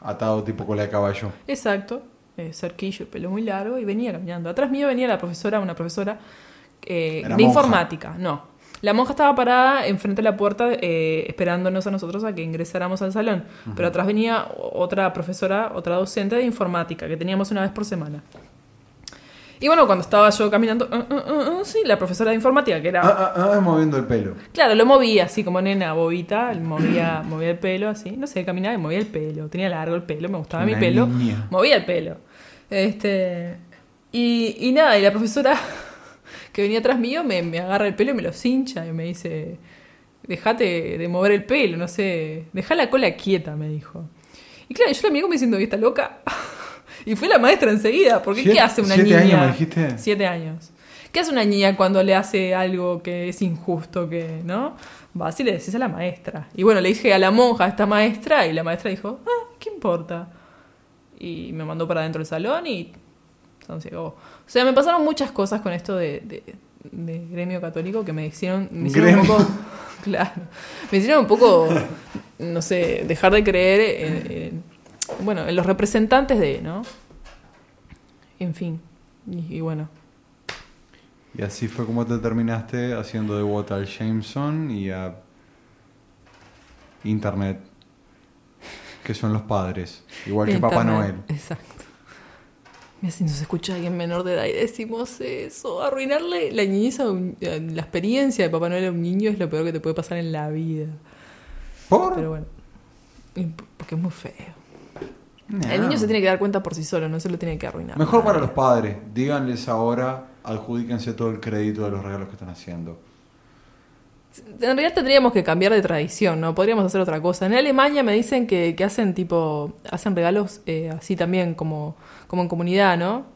[SPEAKER 1] Atado tipo cola de caballo.
[SPEAKER 2] Exacto, eh, cerquillo, pelo muy largo, y venía caminando. Atrás mío venía la profesora, una profesora eh, de
[SPEAKER 1] Era monja.
[SPEAKER 2] informática, no. La monja estaba parada enfrente de la puerta eh, esperándonos a nosotros a que ingresáramos al salón, pero atrás venía o- otra profesora, otra docente de informática, que teníamos una vez por semana. Y bueno, cuando estaba yo caminando, "Ah, ah, ah, ah", sí, la profesora de informática, que era...
[SPEAKER 1] Ah, ah, ah, moviendo el pelo.
[SPEAKER 2] Claro, lo movía así como nena bobita, movía, movía el pelo así, no sé, caminaba y movía el pelo, tenía largo el pelo, me gustaba mi
[SPEAKER 1] Una
[SPEAKER 2] pelo,
[SPEAKER 1] niña.
[SPEAKER 2] movía el pelo. Este, y, y nada, y la profesora que venía atrás mío me, me agarra el pelo y me lo cincha y me dice, dejate de mover el pelo, no sé, deja la cola quieta, me dijo. Y claro, yo la miré como diciendo que está loca. y fue la maestra enseguida, porque
[SPEAKER 1] Siete-
[SPEAKER 2] ¿qué hace una
[SPEAKER 1] siete
[SPEAKER 2] niña?
[SPEAKER 1] años me dijiste.
[SPEAKER 2] Siete años. ¿Qué hace una niña cuando le hace algo que es injusto, que, no? Va, así le decís a la maestra. Y bueno, le dije a la monja, a esta maestra, y la maestra dijo, ah, ¿qué importa? Y me mandó para dentro del salón y se cegó. O sea, me pasaron muchas cosas con esto de, de- de gremio católico que me hicieron, me hicieron un
[SPEAKER 1] Gremio.
[SPEAKER 2] poco. Claro. Me hicieron un poco, no sé, dejar de creer en, en- bueno, en los representantes de, ¿no? En fin. Y, y bueno.
[SPEAKER 1] Y así fue como te terminaste haciendo de vuelta al Jameson y a Internet, que son los padres, igual que Papá
[SPEAKER 2] Internet.
[SPEAKER 1] Noel.
[SPEAKER 2] Exacto. Mira, si nos escucha alguien menor de edad y decimos eso, arruinarle la niñez a un- a la experiencia de Papá Noel a un niño es lo peor que te puede pasar en la vida.
[SPEAKER 1] ¿Por?
[SPEAKER 2] Pero bueno. Y p- Porque es muy feo.
[SPEAKER 1] Nah.
[SPEAKER 2] El niño se tiene que dar cuenta por sí solo, no se lo tiene que arruinar.
[SPEAKER 1] Ah. Mejor para los padres, díganles ahora, adjudíquense todo el crédito de los regalos que están haciendo.
[SPEAKER 2] En realidad tendríamos que cambiar de tradición, ¿no? Podríamos hacer otra cosa. En Alemania me dicen que, que hacen tipo. hacen regalos eh, así también, como, como en comunidad, ¿no?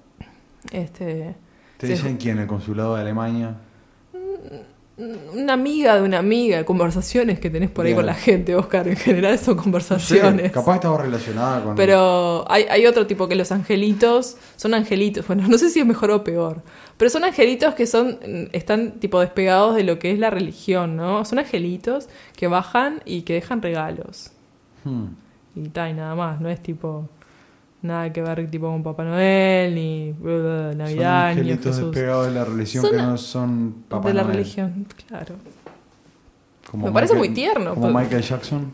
[SPEAKER 2] Este.
[SPEAKER 1] ¿Te
[SPEAKER 2] se-
[SPEAKER 1] dicen quién? ¿El consulado de Alemania?
[SPEAKER 2] Una amiga de una amiga, conversaciones que tenés por ahí
[SPEAKER 1] Bien.
[SPEAKER 2] con la gente, Oscar. En general son
[SPEAKER 1] No sé,
[SPEAKER 2] conversaciones.
[SPEAKER 1] capaz estaba relacionada con...
[SPEAKER 2] Pero hay, hay otro tipo que los angelitos son angelitos. Bueno, no sé si es mejor o peor. Pero son angelitos que son mm, están tipo despegados de lo que es la religión, ¿no? Son angelitos que bajan y que dejan regalos.
[SPEAKER 1] Hmm.
[SPEAKER 2] Y tal, y nada más. No es tipo nada que ver tipo con Papá Noel, ni bla, bla, bla,
[SPEAKER 1] Son
[SPEAKER 2] Navidad, ni
[SPEAKER 1] angelitos
[SPEAKER 2] Jesús.
[SPEAKER 1] despegados de la religión
[SPEAKER 2] Son
[SPEAKER 1] que
[SPEAKER 2] a-
[SPEAKER 1] no son Papá
[SPEAKER 2] de la
[SPEAKER 1] Noel.
[SPEAKER 2] religión, claro.
[SPEAKER 1] Como
[SPEAKER 2] Me parece muy tierno, pues.
[SPEAKER 1] Como
[SPEAKER 2] pero-
[SPEAKER 1] Michael Jackson.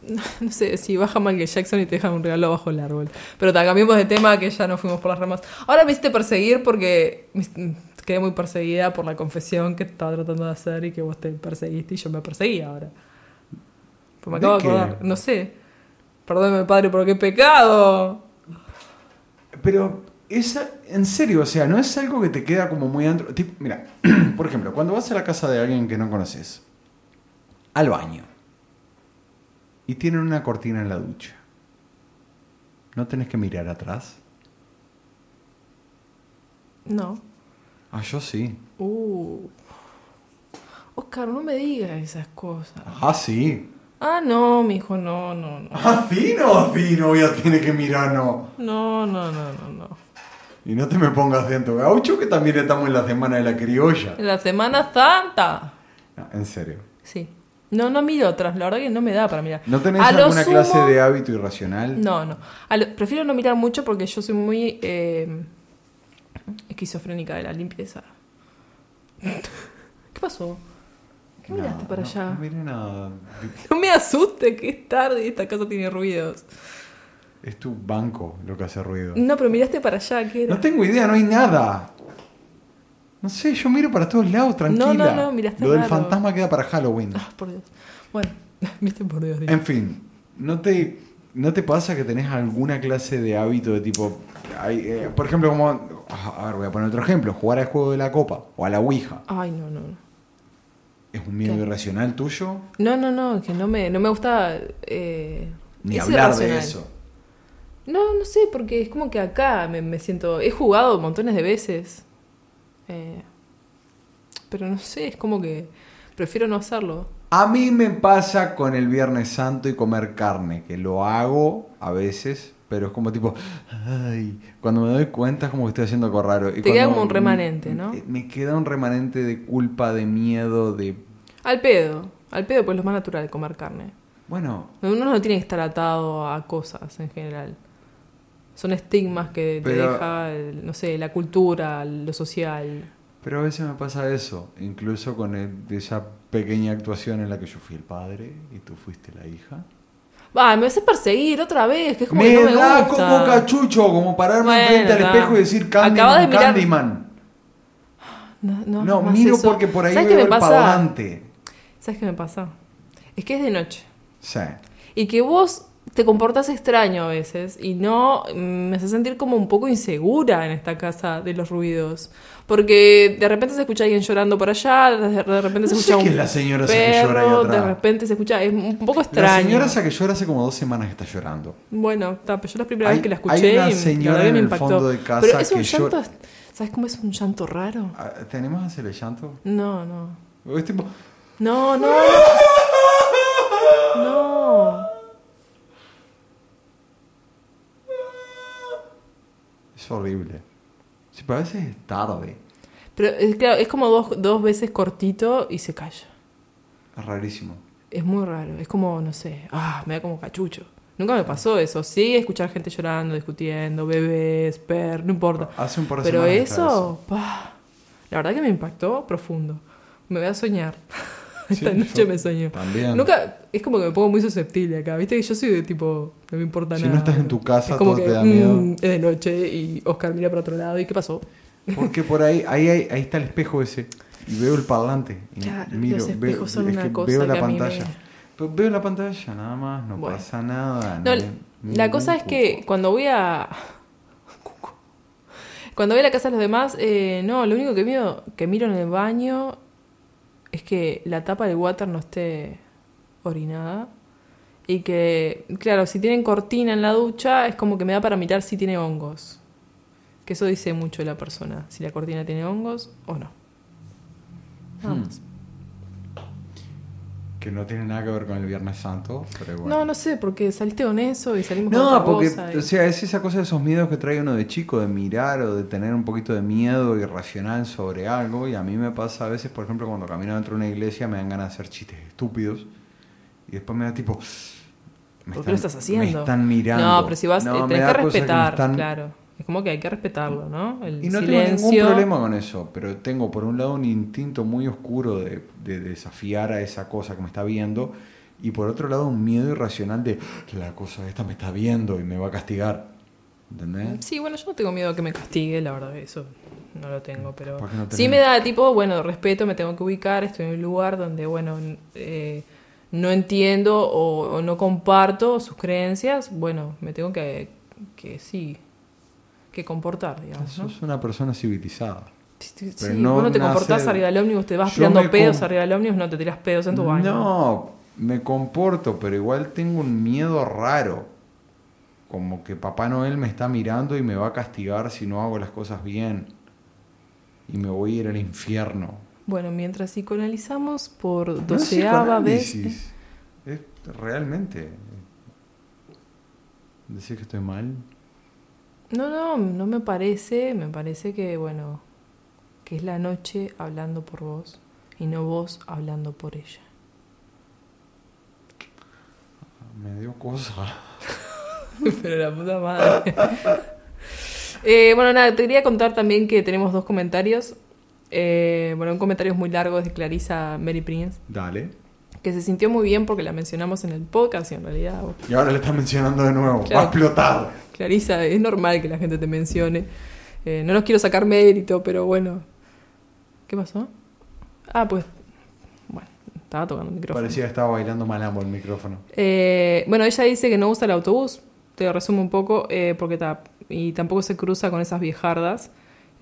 [SPEAKER 2] No sé, si baja Michael Jackson y te deja un regalo bajo el árbol. Pero ta, cambiemos de tema que ya nos fuimos por las ramas. Ahora me hiciste perseguir porque me hiciste- mm, quedé muy perseguida por la confesión que estaba tratando de hacer y que vos te perseguiste y yo me perseguí ahora. Pues me
[SPEAKER 1] ¿De
[SPEAKER 2] acabo de,
[SPEAKER 1] qué?
[SPEAKER 2] acordar, no sé. Perdóneme, padre, pero qué pecado.
[SPEAKER 1] Pero esa, en serio, o sea, no es algo que te queda como muy adentro. Tipo, mira, por ejemplo, cuando vas a la casa de alguien que no conoces, al baño, y tienen una cortina en la ducha, ¿no tenés que mirar atrás?
[SPEAKER 2] No.
[SPEAKER 1] Ah, yo sí.
[SPEAKER 2] Uh. Oscar, no me digas esas cosas.
[SPEAKER 1] Ah, sí.
[SPEAKER 2] Ah, no, mijo, no, no, no.
[SPEAKER 1] Ah, fino, fino, ya tiene que mirar, no.
[SPEAKER 2] No, no, no, no, no.
[SPEAKER 1] Y no te me pongas dentro, gaucho, que también estamos en la semana de la criolla.
[SPEAKER 2] En la Semana Santa.
[SPEAKER 1] No, en serio.
[SPEAKER 2] Sí. No, no miro otras, la verdad que no me da para mirar.
[SPEAKER 1] ¿No tenés
[SPEAKER 2] A lo
[SPEAKER 1] alguna
[SPEAKER 2] sumo-
[SPEAKER 1] clase de hábito irracional?
[SPEAKER 2] No, no. A lo- Prefiero no mirar mucho porque yo soy muy eh, esquizofrénica de la limpieza. ¿Qué pasó? ¿Qué
[SPEAKER 1] No,
[SPEAKER 2] miraste para
[SPEAKER 1] no,
[SPEAKER 2] allá?
[SPEAKER 1] No miré nada.
[SPEAKER 2] No me asustes, que es tarde y esta casa tiene ruidos.
[SPEAKER 1] Es tu banco lo que hace ruido.
[SPEAKER 2] No, pero miraste para allá, ¿qué era?
[SPEAKER 1] No tengo idea, no hay nada. No sé, yo miro para todos lados, tranquila.
[SPEAKER 2] No, no, no, miraste
[SPEAKER 1] Lo del
[SPEAKER 2] raro.
[SPEAKER 1] fantasma queda para Halloween.
[SPEAKER 2] Ah, por Dios. Bueno, viste por Dios. digo.
[SPEAKER 1] En fin, ¿no te, ¿no te pasa que tenés alguna clase de hábito de tipo... ay, eh, por ejemplo, como... ah, A ver, voy a poner otro ejemplo. Jugar al juego de la copa o a la Ouija.
[SPEAKER 2] Ay, no, no, no.
[SPEAKER 1] ¿Es un miedo
[SPEAKER 2] ¿Qué?
[SPEAKER 1] irracional tuyo?
[SPEAKER 2] No, no, no, que no me, no me gusta... eh,
[SPEAKER 1] Ni
[SPEAKER 2] es
[SPEAKER 1] hablar de
[SPEAKER 2] irracional.
[SPEAKER 1] eso.
[SPEAKER 2] No, no sé, porque es como que acá me, me siento. He jugado montones de veces. Eh, pero no sé, es como que prefiero no hacerlo.
[SPEAKER 1] A mí me pasa con el Viernes Santo y comer carne, que lo hago a veces, pero es como tipo, ay, cuando me doy cuenta es como que estoy haciendo algo raro. Y
[SPEAKER 2] Te queda
[SPEAKER 1] cuando-
[SPEAKER 2] como un remanente, ¿no?
[SPEAKER 1] Me, me queda un remanente de culpa, de miedo, de...
[SPEAKER 2] Al pedo. Al pedo, pues lo más natural, comer carne.
[SPEAKER 1] Bueno,
[SPEAKER 2] Uno no tiene que estar atado a cosas en general. Son estigmas que te
[SPEAKER 1] Pero-
[SPEAKER 2] deja, el- no sé, la cultura, lo social.
[SPEAKER 1] pero a veces me pasa eso, incluso con el- de esa pequeña actuación en la que yo fui el padre y tú fuiste la hija.
[SPEAKER 2] Va, me haces perseguir otra vez, que es como
[SPEAKER 1] me
[SPEAKER 2] que no me
[SPEAKER 1] da
[SPEAKER 2] gusta.
[SPEAKER 1] como cachucho, como pararme
[SPEAKER 2] Bueno,
[SPEAKER 1] frente al
[SPEAKER 2] ta.
[SPEAKER 1] espejo y decir Candy,
[SPEAKER 2] Acabas de mirar-
[SPEAKER 1] Candyman.
[SPEAKER 2] No, no,
[SPEAKER 1] No,
[SPEAKER 2] más
[SPEAKER 1] miro
[SPEAKER 2] eso.
[SPEAKER 1] porque por ahí
[SPEAKER 2] ¿Sabes qué
[SPEAKER 1] veo
[SPEAKER 2] me
[SPEAKER 1] el
[SPEAKER 2] pasa?
[SPEAKER 1] padante.
[SPEAKER 2] ¿Sabes qué me pasa? Es que es de noche.
[SPEAKER 1] Sí.
[SPEAKER 2] Y que vos te comportas extraño a veces y no mm, me hace sentir como un poco insegura en esta casa de los ruidos. Porque de repente se escucha alguien llorando por allá, de de repente se
[SPEAKER 1] No sé
[SPEAKER 2] escucha
[SPEAKER 1] qué
[SPEAKER 2] un
[SPEAKER 1] es la señora esa que llora ahí
[SPEAKER 2] perro, de
[SPEAKER 1] atrás.
[SPEAKER 2] repente se escucha, es un poco
[SPEAKER 1] La
[SPEAKER 2] extraño.
[SPEAKER 1] señora esa que llora hace como dos semanas que está llorando.
[SPEAKER 2] Bueno, está, pero yo la primera
[SPEAKER 1] Hay-
[SPEAKER 2] vez que la
[SPEAKER 1] hay
[SPEAKER 2] escuché
[SPEAKER 1] una
[SPEAKER 2] y
[SPEAKER 1] señora
[SPEAKER 2] la verdad que
[SPEAKER 1] en
[SPEAKER 2] me
[SPEAKER 1] el
[SPEAKER 2] impactó.
[SPEAKER 1] fondo de casa
[SPEAKER 2] pero es un
[SPEAKER 1] que llora-
[SPEAKER 2] llanto, ¿sabes cómo es un llanto raro?
[SPEAKER 1] Ah, ¿Te animás a hacer el llanto?
[SPEAKER 2] No, no.
[SPEAKER 1] Es tipo...
[SPEAKER 2] No, no. No.
[SPEAKER 1] Es horrible. Sí, pero a veces es tarde.
[SPEAKER 2] Pero es, claro, es como dos, dos veces cortito y se calla.
[SPEAKER 1] Es rarísimo.
[SPEAKER 2] Es muy raro. Es como, no sé, ah, me da como cachucho. Nunca me pasó eso. Sí, escuchar gente llorando, discutiendo, bebés, perros, no importa.
[SPEAKER 1] Hace un par de
[SPEAKER 2] Pero
[SPEAKER 1] semanas está
[SPEAKER 2] eso, pa, la verdad que me impactó profundo. Me voy a soñar. Esta
[SPEAKER 1] Sí,
[SPEAKER 2] noche
[SPEAKER 1] yo
[SPEAKER 2] me soñó.
[SPEAKER 1] También.
[SPEAKER 2] Nunca, es como que me pongo muy susceptible acá, viste que yo soy de tipo, no me importa
[SPEAKER 1] Si
[SPEAKER 2] nada.
[SPEAKER 1] no estás en tu casa,
[SPEAKER 2] Es como
[SPEAKER 1] todo
[SPEAKER 2] que,
[SPEAKER 1] te da miedo.
[SPEAKER 2] mm, es de noche y Oscar mira para otro lado y ¿qué pasó?
[SPEAKER 1] Porque por ahí, ahí, ahí, ahí está el espejo ese. Y veo el parlante. Y
[SPEAKER 2] Claro,
[SPEAKER 1] miro,
[SPEAKER 2] los
[SPEAKER 1] veo-
[SPEAKER 2] espejos son
[SPEAKER 1] es
[SPEAKER 2] una
[SPEAKER 1] que
[SPEAKER 2] cosa
[SPEAKER 1] Veo la
[SPEAKER 2] que a mí me-
[SPEAKER 1] pantalla. Pero veo la pantalla, nada más, no
[SPEAKER 2] Bueno.
[SPEAKER 1] pasa nada.
[SPEAKER 2] No,
[SPEAKER 1] ni- ni
[SPEAKER 2] la
[SPEAKER 1] un
[SPEAKER 2] cosa es que
[SPEAKER 1] cuco.
[SPEAKER 2] cuando voy a... Cuco. Cuando voy a la casa de los demás, eh, no, lo único que miro, que miro en el baño es que la tapa del water no esté orinada. Y que, claro, si tienen cortina en la ducha, es como que me da para mirar si tiene hongos. Que eso dice mucho de la persona, si la cortina tiene hongos o no. Nada
[SPEAKER 1] Hmm.
[SPEAKER 2] más.
[SPEAKER 1] Que no tiene nada que ver con el Viernes Santo, pero
[SPEAKER 2] No,
[SPEAKER 1] bueno.
[SPEAKER 2] no sé, porque saliste con eso y salimos con
[SPEAKER 1] No,
[SPEAKER 2] otra
[SPEAKER 1] porque,
[SPEAKER 2] cosa y-
[SPEAKER 1] o sea, es esa cosa de esos miedos que trae uno de chico, de mirar o de tener un poquito de miedo irracional sobre algo. Y a mí me pasa a veces, por ejemplo, cuando camino dentro de una iglesia, me dan ganas de hacer chistes estúpidos. Y después me da tipo. me
[SPEAKER 2] ¿Por qué lo
[SPEAKER 1] están-
[SPEAKER 2] estás haciendo?
[SPEAKER 1] Me están mirando.
[SPEAKER 2] No, pero si vas,
[SPEAKER 1] No,
[SPEAKER 2] eh,
[SPEAKER 1] me
[SPEAKER 2] tenés
[SPEAKER 1] da
[SPEAKER 2] que
[SPEAKER 1] cosa me
[SPEAKER 2] respetar,
[SPEAKER 1] están-
[SPEAKER 2] claro. Es como que hay que respetarlo, ¿no? El
[SPEAKER 1] Y no
[SPEAKER 2] silencio.
[SPEAKER 1] tengo ningún problema con eso, pero tengo por un lado un instinto muy oscuro de, de desafiar a esa cosa que me está viendo y por otro lado un miedo irracional de la cosa esta me está viendo y me va a castigar. ¿Entendés?
[SPEAKER 2] Mm, Sí, bueno, yo no tengo miedo a que me castigue, la verdad, eso no lo tengo, pero
[SPEAKER 1] ¿Por qué no tenés?
[SPEAKER 2] sí me da tipo, bueno, respeto, me tengo que ubicar, estoy en un lugar donde, bueno, n- eh, no entiendo o, o no comparto sus creencias, bueno, me tengo que, que sí, que comportar, digamos, ¿no?
[SPEAKER 1] Sos una persona civilizada.
[SPEAKER 2] Sí,
[SPEAKER 1] pero
[SPEAKER 2] sí,
[SPEAKER 1] no
[SPEAKER 2] vos no te
[SPEAKER 1] nace-
[SPEAKER 2] comportás arriba del ómnibus, te vas
[SPEAKER 1] Yo
[SPEAKER 2] tirando
[SPEAKER 1] me
[SPEAKER 2] pedos
[SPEAKER 1] com-
[SPEAKER 2] arriba del ómnibus, no te tiras pedos en tu baño.
[SPEAKER 1] No, me comporto, pero igual tengo un miedo raro. Como que Papá Noel me está mirando y me va a castigar si no hago las cosas bien. Y me voy a ir al infierno.
[SPEAKER 2] Bueno, mientras psicoanalizamos
[SPEAKER 1] No
[SPEAKER 2] por
[SPEAKER 1] es
[SPEAKER 2] doceava vez.
[SPEAKER 1] Ah,
[SPEAKER 2] eh.
[SPEAKER 1] psicoanálisis. Es realmente. Decir que estoy mal.
[SPEAKER 2] No, no, no me parece. Me parece que, bueno, que es la noche hablando por vos y no vos hablando por ella.
[SPEAKER 1] Me dio cosa.
[SPEAKER 2] Pero la puta madre. Eh, bueno, nada, te quería contar también que tenemos dos comentarios. Eh, bueno, un comentario muy largo es de Clarisa Mary Prince,
[SPEAKER 1] Dale.
[SPEAKER 2] que se sintió muy bien porque la mencionamos en el podcast y en realidad. bueno,
[SPEAKER 1] Y ahora le estás mencionando de nuevo. Va
[SPEAKER 2] Claro.
[SPEAKER 1] a explotar.
[SPEAKER 2] Clarisa, es normal que la gente te mencione. Eh, no nos quiero sacar mérito, pero bueno. ¿Qué pasó? Ah, pues. Bueno, estaba tocando el micrófono.
[SPEAKER 1] Parecía que estaba bailando malambo el micrófono.
[SPEAKER 2] Eh, bueno, ella dice que no usa el autobús, te lo resumo un poco, eh, porque ta- y tampoco se cruza con esas viejardas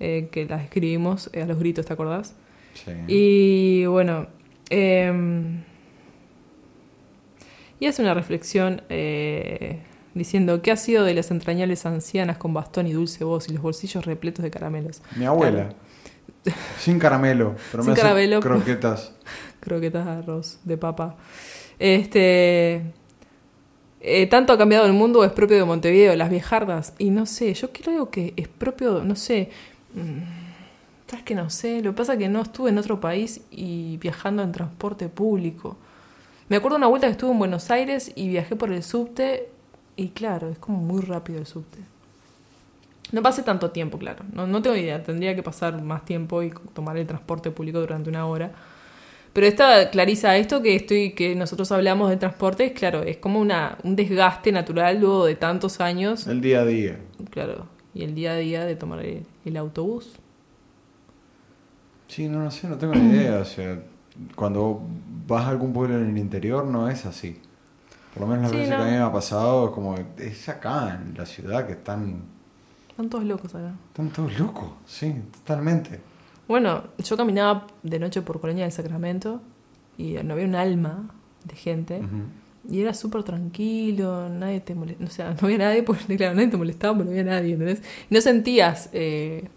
[SPEAKER 2] eh, que las escribimos eh, a los gritos, ¿te acordás?
[SPEAKER 1] Sí.
[SPEAKER 2] Y bueno, em, y hace una reflexión eh, diciendo, ¿qué ha sido de las entrañables ancianas con bastón y dulce voz y los bolsillos repletos de caramelos?
[SPEAKER 1] Mi abuela. Sin caramelo. Pero
[SPEAKER 2] Sin
[SPEAKER 1] me hace
[SPEAKER 2] caramelo.
[SPEAKER 1] croquetas.
[SPEAKER 2] croquetas de arroz, de papa. Este. eh, ¿Tanto ha cambiado el mundo o es propio de Montevideo, las viejardas? Y no sé, yo creo que es propio, no sé. mm, ¿Sabes que no sé? Lo que pasa es que no estuve en otro país y viajando en transporte público. Me acuerdo una vuelta que estuve en Buenos Aires y viajé por el subte y claro, es como muy rápido el subte. No pasé tanto tiempo, claro. No, no tengo idea. Tendría que pasar más tiempo y tomar el transporte público durante una hora. Pero esta Clarisa, esto que estoy, que nosotros hablamos del transporte, es claro, es como una, un desgaste natural luego de tantos años,
[SPEAKER 1] El día a día.
[SPEAKER 2] claro, y el día a día de tomar el, el autobús.
[SPEAKER 1] Sí, no, no sé, no tengo ni idea. O sea, cuando vas a algún pueblo en el interior no es así. Por lo menos las
[SPEAKER 2] Sí,
[SPEAKER 1] veces
[SPEAKER 2] no.
[SPEAKER 1] que a mí me ha pasado, es como, es acá, en la ciudad, que están,
[SPEAKER 2] Están todos locos acá.
[SPEAKER 1] están todos locos, sí, totalmente.
[SPEAKER 2] Bueno, yo caminaba de noche por Colonia del Sacramento y no había un alma de gente.
[SPEAKER 1] Ujú.
[SPEAKER 2] Y era súper tranquilo, nadie te molestaba. O sea, no había nadie, porque claro, nadie te molestaba, pero no había nadie, ¿entendés? Y no sentías eh,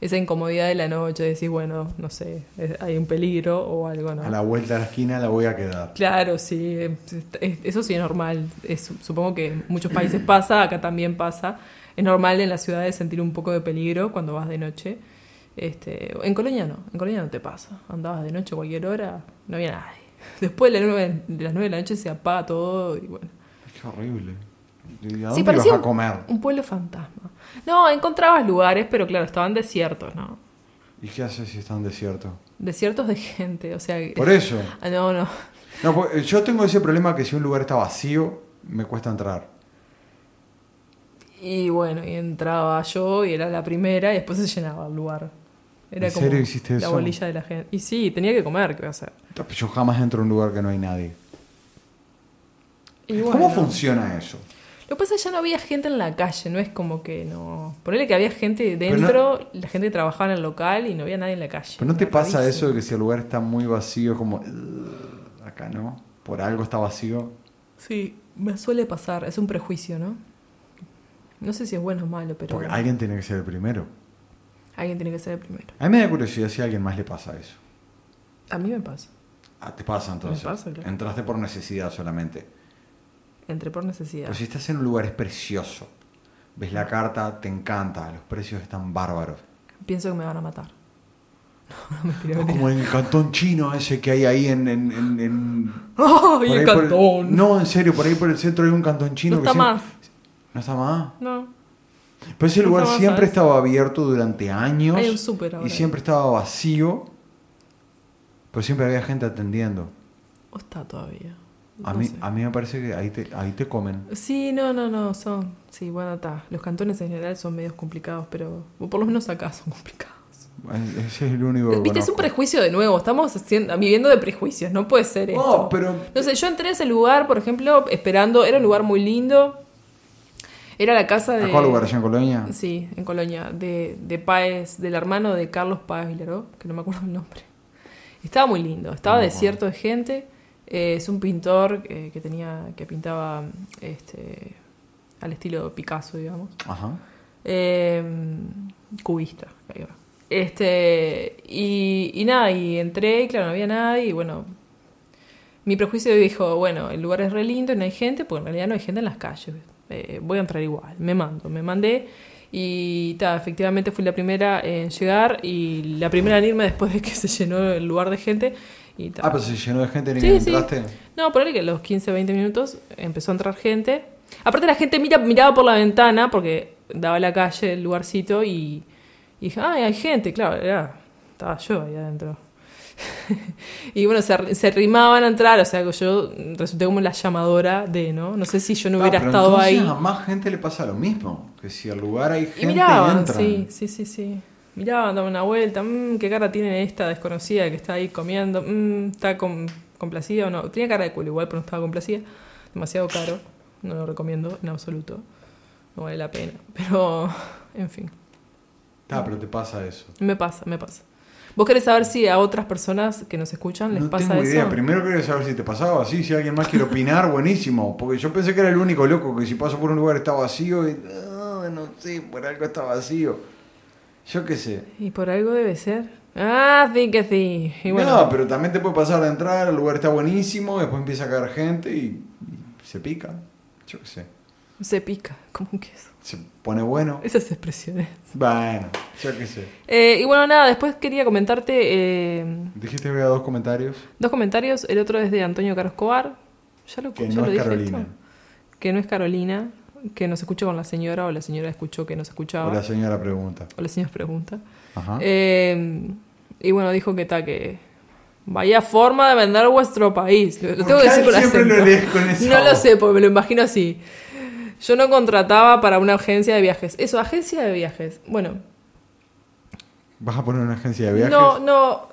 [SPEAKER 2] esa incomodidad de la noche, de decir, bueno, no sé, es- hay un peligro o algo, ¿no?
[SPEAKER 1] A la vuelta de la esquina la voy a quedar.
[SPEAKER 2] Claro, sí, es- es- eso sí es normal. Es- supongo que en muchos países pasa, acá también pasa. Es normal en las ciudades sentir un poco de peligro cuando vas de noche. Este, en Colonia no, en Colonia no te pasa. Andabas de noche a cualquier hora, no había nadie. Después de, las nueve- de las 9 de la noche se apaga todo y bueno.
[SPEAKER 1] Qué horrible. ¿Y a
[SPEAKER 2] Sí,
[SPEAKER 1] dónde ibas
[SPEAKER 2] parecía
[SPEAKER 1] a comer?
[SPEAKER 2] Un pueblo fantasma. No, encontrabas lugares, pero claro, estaban desiertos, ¿no?
[SPEAKER 1] ¿Y qué haces si está en desierto?
[SPEAKER 2] Desiertos de gente, o sea...
[SPEAKER 1] Por eso.
[SPEAKER 2] Ah, No, no.
[SPEAKER 1] No, pues, yo tengo ese problema que si un lugar está vacío, me cuesta entrar.
[SPEAKER 2] Y bueno, y entraba yo y era la primera y después se llenaba el lugar. Era
[SPEAKER 1] ¿En
[SPEAKER 2] como
[SPEAKER 1] serio hiciste
[SPEAKER 2] la
[SPEAKER 1] eso?
[SPEAKER 2] bolilla de la gente. Y sí, tenía que comer, ¿qué voy a hacer?
[SPEAKER 1] Yo jamás entro a un lugar que no hay nadie.
[SPEAKER 2] Y
[SPEAKER 1] ¿Cómo
[SPEAKER 2] bueno.
[SPEAKER 1] funciona eso?
[SPEAKER 2] Lo que pasa es que ya no había gente en la calle, no es como que no. Ponele que había gente
[SPEAKER 1] Pero no-
[SPEAKER 2] dentro, la gente que trabajaba en el local y no había nadie en la calle.
[SPEAKER 1] Pero no te
[SPEAKER 2] Era
[SPEAKER 1] pasa
[SPEAKER 2] rarísimo.
[SPEAKER 1] eso de que si el lugar está muy vacío, es como "Ugh, acá no, por algo está vacío.
[SPEAKER 2] Sí, me suele pasar, es un prejuicio, ¿no? No sé si es bueno o malo, pero
[SPEAKER 1] Porque alguien tiene que ser el primero.
[SPEAKER 2] alguien tiene que ser el primero.
[SPEAKER 1] A mí me da curiosidad si a alguien más le pasa eso.
[SPEAKER 2] A mí me pasa.
[SPEAKER 1] Ah, te pasa entonces.
[SPEAKER 2] pasa, claro.
[SPEAKER 1] Entraste por necesidad solamente.
[SPEAKER 2] Entré por necesidad.
[SPEAKER 1] Pero si estás en un lugar es precioso. Ves la carta, te encanta, los precios están bárbaros.
[SPEAKER 2] Pienso que me van a matar. No, no, mentira,
[SPEAKER 1] Es
[SPEAKER 2] mentira.
[SPEAKER 1] como en el cantón chino ese que hay ahí en... en, en- en-
[SPEAKER 2] ¡Ay,
[SPEAKER 1] por
[SPEAKER 2] el
[SPEAKER 1] ahí por-
[SPEAKER 2] cantón!
[SPEAKER 1] no, en serio, por ahí por el centro hay un cantón chino
[SPEAKER 2] No
[SPEAKER 1] que
[SPEAKER 2] está
[SPEAKER 1] siempre-
[SPEAKER 2] más.
[SPEAKER 1] No está más.
[SPEAKER 2] No.
[SPEAKER 1] Pero ese
[SPEAKER 2] No
[SPEAKER 1] lugar
[SPEAKER 2] estaba,
[SPEAKER 1] siempre
[SPEAKER 2] ¿sabes?
[SPEAKER 1] estaba abierto durante años.
[SPEAKER 2] Hay un súper ahora.
[SPEAKER 1] Y siempre estaba vacío. Pero siempre había gente atendiendo.
[SPEAKER 2] ¿O está todavía?
[SPEAKER 1] A,
[SPEAKER 2] No
[SPEAKER 1] mí,
[SPEAKER 2] sé.
[SPEAKER 1] a mí me parece que ahí te, ahí te comen.
[SPEAKER 2] Sí, no, no, no, son. Sí, bueno, está. Los cantones en general son medios complicados, pero o por lo menos acá son complicados.
[SPEAKER 1] Ese es el único que
[SPEAKER 2] Viste, es un
[SPEAKER 1] conozco.
[SPEAKER 2] prejuicio de nuevo. Estamos haciendo- viviendo de prejuicios, no puede ser esto.
[SPEAKER 1] No, Oh, pero...
[SPEAKER 2] No sé, yo entré a ese lugar, por ejemplo, esperando. Era un lugar muy lindo. Era la casa de.
[SPEAKER 1] ¿A cuál lugar? ¿Allá en Colonia?
[SPEAKER 2] Sí, en Colonia, de, de Páez, del hermano de Carlos Páez Vilaró, que no me acuerdo el nombre. Estaba muy lindo, estaba
[SPEAKER 1] No me acuerdo.
[SPEAKER 2] desierto de gente. eh, es un pintor eh, que tenía, que pintaba este, al estilo Picasso, digamos.
[SPEAKER 1] Ajá.
[SPEAKER 2] Eh, cubista, ahí va. Este, y, y nada, y entré, y claro, no había nadie, y bueno. Mi prejuicio dijo, bueno, el lugar es re lindo y no hay gente, porque en realidad no hay gente en las calles. Eh, voy a entrar igual, me mando, me mandé. Y ta, efectivamente fui la primera en llegar y la primera en irme después de que se llenó el lugar de gente. Y ta.
[SPEAKER 1] Ah, pero se llenó de gente en el
[SPEAKER 2] Sí,
[SPEAKER 1] que
[SPEAKER 2] sí.
[SPEAKER 1] entraste.
[SPEAKER 2] No, ponele que a los 15, 20 minutos empezó a entrar gente. Aparte la gente mira, miraba por la ventana porque daba la calle, el lugarcito y, y dije, ay, hay gente, claro, era- estaba yo ahí adentro. y bueno, se, ar- se arrimaban a entrar, o sea, que yo resulté como la llamadora de, ¿no? No sé si yo no
[SPEAKER 1] Ah,
[SPEAKER 2] hubiera
[SPEAKER 1] pero
[SPEAKER 2] estado
[SPEAKER 1] entonces
[SPEAKER 2] ahí.
[SPEAKER 1] A más gente le pasa lo mismo. Que si al lugar hay gente
[SPEAKER 2] Y miraban,
[SPEAKER 1] entran.
[SPEAKER 2] sí, sí, sí, sí. Miraban, daban una vuelta, mmm, qué cara tiene esta desconocida que está ahí comiendo, mmm, está com- complacida o no. Tenía cara de culo igual, pero no estaba complacida. Demasiado caro, no lo recomiendo en absoluto. No vale la pena. Pero, en fin,
[SPEAKER 1] Ah, pero te pasa eso.
[SPEAKER 2] me pasa, me pasa. ¿Vos querés saber si a otras personas que nos escuchan les
[SPEAKER 1] no
[SPEAKER 2] pasa
[SPEAKER 1] tengo
[SPEAKER 2] eso?
[SPEAKER 1] idea. Primero quería saber si te pasaba. Sí, si alguien más quiere opinar, buenísimo. Porque yo pensé que era el único loco que si paso por un lugar está vacío. Y, "Ah, no sé, por algo está vacío. Yo qué sé.
[SPEAKER 2] Y por algo debe ser. Ah, sí que sí. Y bueno,
[SPEAKER 1] no, pero también te puede pasar de entrar, el lugar está buenísimo, después empieza a caer gente y, y se pica. Yo qué sé.
[SPEAKER 2] se pica como un queso.
[SPEAKER 1] Se pone bueno.
[SPEAKER 2] Esas expresiones.
[SPEAKER 1] Bueno, yo qué sé.
[SPEAKER 2] Eh, y bueno, nada, después quería comentarte eh,
[SPEAKER 1] Dijiste que había dos comentarios.
[SPEAKER 2] dos comentarios. El otro es de Antonio Caro Escobar. Ya lo,
[SPEAKER 1] Que
[SPEAKER 2] ya
[SPEAKER 1] no
[SPEAKER 2] lo
[SPEAKER 1] es
[SPEAKER 2] dije
[SPEAKER 1] Carolina.
[SPEAKER 2] esto. Que no es Carolina. Que nos escuchó con la señora o la señora escuchó que nos escuchaba.
[SPEAKER 1] O la señora pregunta.
[SPEAKER 2] O la señora pregunta.
[SPEAKER 1] Ajá.
[SPEAKER 2] Eh, y bueno, dijo que está que... Vaya forma de vender vuestro país. Lo- Lo
[SPEAKER 1] ¿Por
[SPEAKER 2] tengo
[SPEAKER 1] qué
[SPEAKER 2] que decir con
[SPEAKER 1] siempre
[SPEAKER 2] acento.
[SPEAKER 1] lo lees con esa
[SPEAKER 2] No lo
[SPEAKER 1] voz?
[SPEAKER 2] sé, porque me lo imagino así. Yo no contrataba para una agencia de viajes. Eso, agencia de viajes. Bueno,
[SPEAKER 1] ¿Vas a poner una agencia de viajes?
[SPEAKER 2] No, no.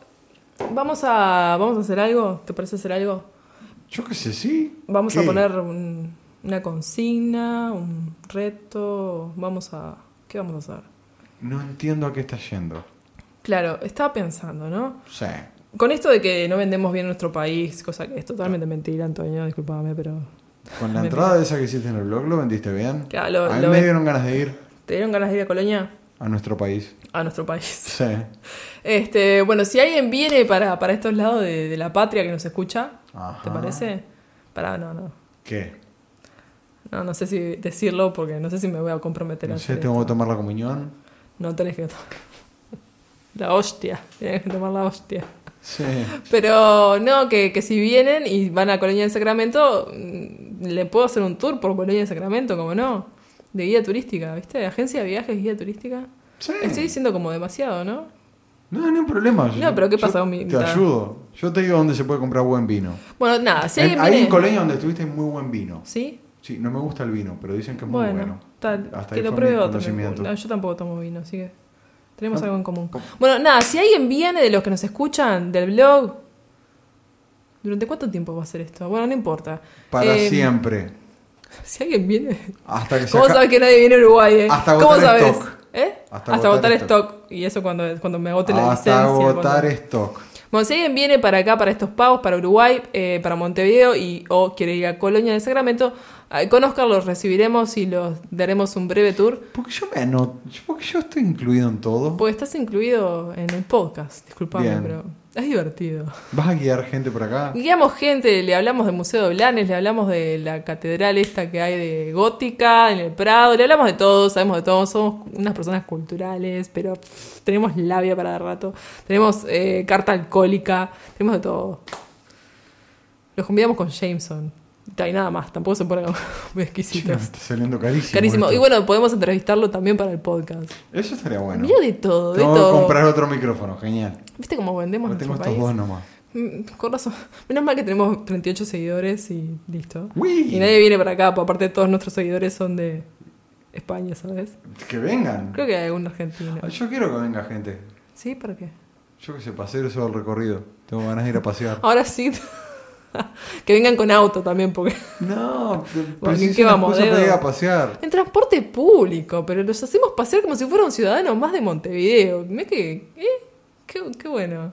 [SPEAKER 2] Vamos a, vamos a hacer algo. ¿Te parece hacer algo?
[SPEAKER 1] Yo qué sé, sí.
[SPEAKER 2] Vamos a
[SPEAKER 1] ¿Qué?
[SPEAKER 2] poner un- una consigna, un reto. Vamos a. ¿Qué vamos a hacer?
[SPEAKER 1] No entiendo a qué está yendo.
[SPEAKER 2] Claro, estaba pensando, ¿no?
[SPEAKER 1] Sí.
[SPEAKER 2] Con esto de que no vendemos bien nuestro país, cosa que es totalmente mentira, Antonio, discúlpame, pero.
[SPEAKER 1] Con la
[SPEAKER 2] Me
[SPEAKER 1] entrada esa que hiciste en el blog, ¿lo vendiste bien?
[SPEAKER 2] Claro, lo-
[SPEAKER 1] a mí
[SPEAKER 2] lo
[SPEAKER 1] me
[SPEAKER 2] ven-
[SPEAKER 1] dieron ganas de ir
[SPEAKER 2] ¿Te dieron ganas de ir a Colonia?
[SPEAKER 1] a nuestro país.
[SPEAKER 2] A nuestro país.
[SPEAKER 1] Sí.
[SPEAKER 2] Este, bueno, si alguien viene para, para estos lados de, de la patria que nos escucha,
[SPEAKER 1] Ajá.
[SPEAKER 2] ¿te parece? Para, no, no.
[SPEAKER 1] ¿Qué?
[SPEAKER 2] No, no sé si decirlo porque no sé si me voy a comprometer a
[SPEAKER 1] No sé,
[SPEAKER 2] hacer
[SPEAKER 1] tengo que tomar la comunión.
[SPEAKER 2] No tenés que tomar. La hostia. Tenés que tomar la hostia.
[SPEAKER 1] Sí.
[SPEAKER 2] Pero no, que, que si vienen y van a Colonia del Sacramento, mm, le puedo hacer un tour por Colonia del Sacramento, como no. De guía turística, ¿viste? Agencia de viajes, guía turística.
[SPEAKER 1] Sí.
[SPEAKER 2] Estoy diciendo como demasiado, ¿no?
[SPEAKER 1] No, no hay problema.
[SPEAKER 2] No,
[SPEAKER 1] Yo-
[SPEAKER 2] pero ¿qué
[SPEAKER 1] yo
[SPEAKER 2] pasa con mi-
[SPEAKER 1] Te
[SPEAKER 2] ta-
[SPEAKER 1] ayudo. Yo te digo dónde se puede comprar buen vino.
[SPEAKER 2] Bueno, nada, si
[SPEAKER 1] En-
[SPEAKER 2] alguien
[SPEAKER 1] ahí
[SPEAKER 2] viene-
[SPEAKER 1] en Colonia donde estuviste hay muy buen vino.
[SPEAKER 2] ¿Sí?
[SPEAKER 1] Sí, no me gusta el vino, pero dicen que es muy
[SPEAKER 2] Bueno,
[SPEAKER 1] bueno.
[SPEAKER 2] tal,
[SPEAKER 1] Hasta ahí
[SPEAKER 2] que lo
[SPEAKER 1] fue mi
[SPEAKER 2] pruebe otro.
[SPEAKER 1] conocimiento.
[SPEAKER 2] No, yo tampoco tomo vino, así que tenemos
[SPEAKER 1] Ah.
[SPEAKER 2] algo en común. Bueno, nada, si alguien viene de los que nos escuchan, del blog, ¿durante cuánto tiempo va a ser esto? Bueno, no importa.
[SPEAKER 1] Para
[SPEAKER 2] Eh,
[SPEAKER 1] siempre.
[SPEAKER 2] Si alguien viene...
[SPEAKER 1] Hasta que se
[SPEAKER 2] ¿Cómo
[SPEAKER 1] aca-
[SPEAKER 2] sabes que nadie viene a Uruguay? Eh?
[SPEAKER 1] Hasta
[SPEAKER 2] ¿Cómo
[SPEAKER 1] agotar
[SPEAKER 2] sabes?
[SPEAKER 1] stock.
[SPEAKER 2] ¿Eh?
[SPEAKER 1] Hasta
[SPEAKER 2] Hasta,
[SPEAKER 1] agotar
[SPEAKER 2] agotar
[SPEAKER 1] stock.
[SPEAKER 2] stock. Y eso cuando, cuando me agote la licencia.
[SPEAKER 1] Hasta agotar
[SPEAKER 2] cuando-
[SPEAKER 1] stock.
[SPEAKER 2] Bueno, si alguien viene para acá, para estos pagos, para Uruguay, eh, para Montevideo y o quiere ir a Colonia del Sacramento, eh, conozcan, los recibiremos y los daremos un breve tour.
[SPEAKER 1] Porque yo me anoto, porque yo estoy incluido en todo.
[SPEAKER 2] Porque estás incluido en el podcast, disculpame,
[SPEAKER 1] Bien.
[SPEAKER 2] pero es divertido.
[SPEAKER 1] ¿Vas a guiar gente por acá?
[SPEAKER 2] Guiamos gente, le hablamos del Museo de Blanes, le hablamos de la catedral esta que hay de Gótica, en el Prado, le hablamos de todo, sabemos de todo, somos unas personas culturales, pero pff, tenemos labia para dar rato, tenemos eh, carta alcohólica, tenemos de todo. Los convidamos con Jameson. Y nada más, tampoco se ponen muy
[SPEAKER 1] Che, me
[SPEAKER 2] exquisitos.
[SPEAKER 1] está saliendo carísimo.
[SPEAKER 2] Carísimo.
[SPEAKER 1] esto.
[SPEAKER 2] Y bueno, podemos entrevistarlo también para el podcast.
[SPEAKER 1] Eso estaría bueno.
[SPEAKER 2] Mira de todo, de
[SPEAKER 1] Tengo que
[SPEAKER 2] todo.
[SPEAKER 1] comprar otro micrófono, genial.
[SPEAKER 2] ¿Viste cómo vendemos
[SPEAKER 1] Ahora
[SPEAKER 2] nuestro
[SPEAKER 1] tengo estos
[SPEAKER 2] país?
[SPEAKER 1] dos nomás.
[SPEAKER 2] Mm, Con razón. Menos mal que tenemos 38 seguidores y listo.
[SPEAKER 1] ¡Uy!
[SPEAKER 2] Y nadie viene para acá, porque aparte todos nuestros seguidores son de España, ¿sabes?
[SPEAKER 1] Que vengan.
[SPEAKER 2] Creo que hay algún argentino.
[SPEAKER 1] Ah, Yo quiero que venga gente.
[SPEAKER 2] ¿Sí? ¿Para qué?
[SPEAKER 1] Yo que sé, paseo eso del recorrido. Tengo ganas de ir a pasear.
[SPEAKER 2] Ahora sí. que vengan con auto también, porque.
[SPEAKER 1] No,
[SPEAKER 2] Porque
[SPEAKER 1] si
[SPEAKER 2] ¿en
[SPEAKER 1] es
[SPEAKER 2] qué
[SPEAKER 1] una
[SPEAKER 2] vamos,
[SPEAKER 1] excusa para
[SPEAKER 2] dedo?
[SPEAKER 1] ir a pasear.
[SPEAKER 2] En transporte público, pero los hacemos pasear como si fuera un ciudadano más de Montevideo. Mirá que. ¿eh? Qué, qué bueno.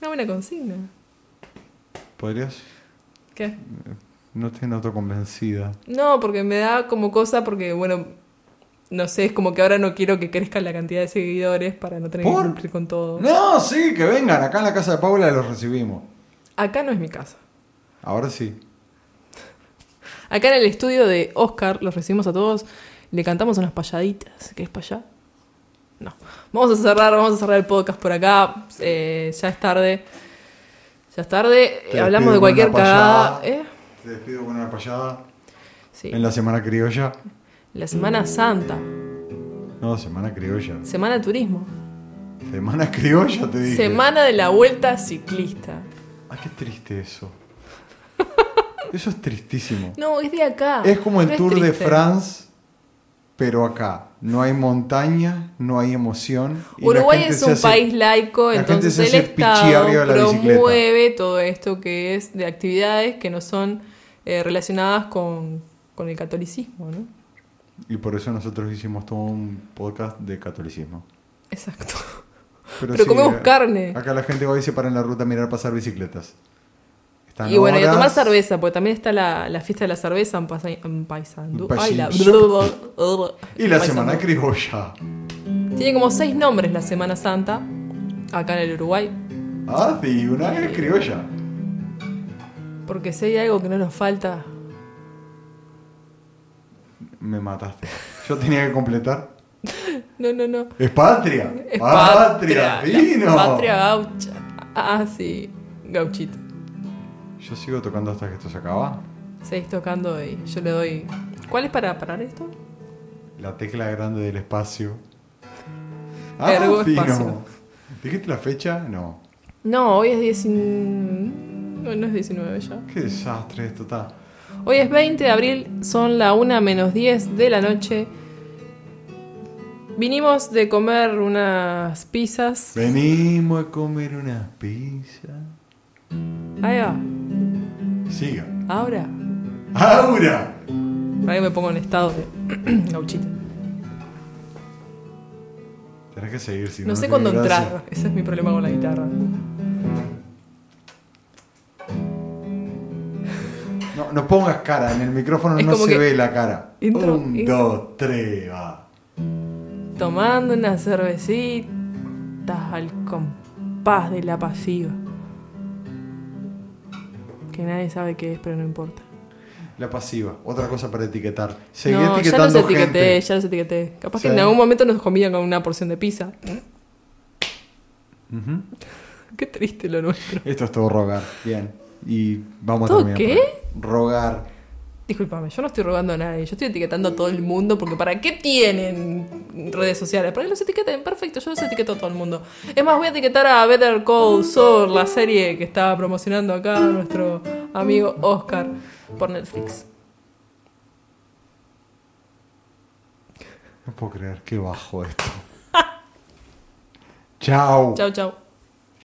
[SPEAKER 2] Una buena consigna.
[SPEAKER 1] ¿Podrías?
[SPEAKER 2] ¿Qué?
[SPEAKER 1] No te noto convencida.
[SPEAKER 2] No, porque me da como cosa, porque bueno, no sé, es como que ahora no quiero que crezca la cantidad de seguidores para no tener
[SPEAKER 1] ¿Por?
[SPEAKER 2] que cumplir con todo.
[SPEAKER 1] No, sí, que vengan. Acá en la casa de Paula los recibimos.
[SPEAKER 2] Acá no es mi casa.
[SPEAKER 1] Ahora sí.
[SPEAKER 2] Acá en el estudio de Oscar los recibimos a todos, le cantamos unas payaditas. ¿Qué es payá? No. Vamos a cerrar, vamos a cerrar el podcast por acá. eh, ya es tarde. Ya es tarde.
[SPEAKER 1] Te
[SPEAKER 2] eh, hablamos
[SPEAKER 1] despido
[SPEAKER 2] de cualquier
[SPEAKER 1] con una
[SPEAKER 2] cagada.
[SPEAKER 1] payada.
[SPEAKER 2] ¿eh?
[SPEAKER 1] Te despido con una payada.
[SPEAKER 2] Sí.
[SPEAKER 1] En la semana criolla.
[SPEAKER 2] La
[SPEAKER 1] Mm.
[SPEAKER 2] Semana Santa.
[SPEAKER 1] No, semana criolla.
[SPEAKER 2] Semana de Turismo.
[SPEAKER 1] Semana criolla, te dije.
[SPEAKER 2] Semana de la Vuelta Ciclista.
[SPEAKER 1] Ay, qué triste eso. Eso es tristísimo.
[SPEAKER 2] No, es de acá.
[SPEAKER 1] Es como el
[SPEAKER 2] No
[SPEAKER 1] Tour de
[SPEAKER 2] triste.
[SPEAKER 1] France, pero acá. No hay montaña, no hay emoción. y la
[SPEAKER 2] Uruguay
[SPEAKER 1] gente
[SPEAKER 2] es
[SPEAKER 1] se
[SPEAKER 2] un
[SPEAKER 1] hace-
[SPEAKER 2] país laico,
[SPEAKER 1] la gente
[SPEAKER 2] entonces
[SPEAKER 1] se
[SPEAKER 2] el
[SPEAKER 1] hace pichí arriba de
[SPEAKER 2] Estado
[SPEAKER 1] la bicicleta.
[SPEAKER 2] promueve todo esto que es de actividades que no son eh, relacionadas con, con el catolicismo, ¿no?
[SPEAKER 1] Y por eso nosotros hicimos todo un podcast de catolicismo.
[SPEAKER 2] Exacto. Pero
[SPEAKER 1] sí,
[SPEAKER 2] comemos
[SPEAKER 1] eh,
[SPEAKER 2] carne.
[SPEAKER 1] Acá la gente va y se para en la ruta a mirar pasar bicicletas. Están
[SPEAKER 2] y bueno, y a tomar
[SPEAKER 1] horas-
[SPEAKER 2] cerveza, porque también está la, la fiesta de la cerveza en, Pasay- en Paysandú.
[SPEAKER 1] En
[SPEAKER 2] Ay, la-
[SPEAKER 1] Y la
[SPEAKER 2] Paysandú.
[SPEAKER 1] semana criolla.
[SPEAKER 2] Tiene como seis nombres la Semana Santa, acá en el Uruguay,
[SPEAKER 1] Ah, sí, una es criolla.
[SPEAKER 2] porque si hay algo que no nos falta,
[SPEAKER 1] Me mataste. Yo tenía que completar.
[SPEAKER 2] no, no, no.
[SPEAKER 1] Es patria. Ah,
[SPEAKER 2] Es
[SPEAKER 1] patria,
[SPEAKER 2] patria,
[SPEAKER 1] vino.
[SPEAKER 2] la patria gaucha. Ah, sí, gauchito.
[SPEAKER 1] Yo sigo tocando hasta que esto se acaba.
[SPEAKER 2] Seguís tocando y yo le doy. ¿Cuál es para parar esto?
[SPEAKER 1] La tecla grande del espacio. Ah,
[SPEAKER 2] Ergo espacio.
[SPEAKER 1] ¿Dijiste la fecha? No.
[SPEAKER 2] No, hoy es 19. No, no es 19 ya.
[SPEAKER 1] Qué desastre esto está.
[SPEAKER 2] Hoy es 20 de abril, son la 1 menos 10 de la noche. Vinimos de comer unas pizzas.
[SPEAKER 1] Venimos a comer unas pizzas.
[SPEAKER 2] Ahí va.
[SPEAKER 1] Siga.
[SPEAKER 2] Ahora,
[SPEAKER 1] ¡Aura!
[SPEAKER 2] para que me pongo en estado de gauchita.
[SPEAKER 1] Tenés que seguir si
[SPEAKER 2] No sé
[SPEAKER 1] tiene
[SPEAKER 2] cuándo
[SPEAKER 1] gracia.
[SPEAKER 2] entrar, ese es mi problema con la guitarra.
[SPEAKER 1] No, no pongas cara, en el micrófono
[SPEAKER 2] Es
[SPEAKER 1] no
[SPEAKER 2] como
[SPEAKER 1] se
[SPEAKER 2] que-
[SPEAKER 1] ve la cara.
[SPEAKER 2] Intro,
[SPEAKER 1] Un,
[SPEAKER 2] intro.
[SPEAKER 1] dos, tres, va.
[SPEAKER 2] Tomando unas cervecitas al compás de la pasiva. Que nadie sabe qué es, pero no importa.
[SPEAKER 1] La pasiva, otra cosa para etiquetar. Seguí
[SPEAKER 2] no, ya
[SPEAKER 1] etiquetando
[SPEAKER 2] los etiqueté,
[SPEAKER 1] gente.
[SPEAKER 2] ya los etiqueté. Capaz
[SPEAKER 1] Sí.
[SPEAKER 2] que en algún momento nos comían con una porción de pizza.
[SPEAKER 1] Ujú.
[SPEAKER 2] Qué triste lo nuestro.
[SPEAKER 1] Esto es todo rogar, bien. Y vamos
[SPEAKER 2] ¿Todo
[SPEAKER 1] a terminar.
[SPEAKER 2] qué?
[SPEAKER 1] por ahí. Rogar.
[SPEAKER 2] Disculpame, yo no estoy robando a nadie, yo estoy etiquetando a todo el mundo porque ¿para qué tienen redes sociales? Para que los etiqueten, perfecto, yo los etiqueto a todo el mundo. Es más, voy a etiquetar a Better Call Saul, la serie que estaba promocionando acá nuestro amigo Oscar por Netflix.
[SPEAKER 1] No puedo creer, qué bajo esto. Chao.
[SPEAKER 2] Chau, chau.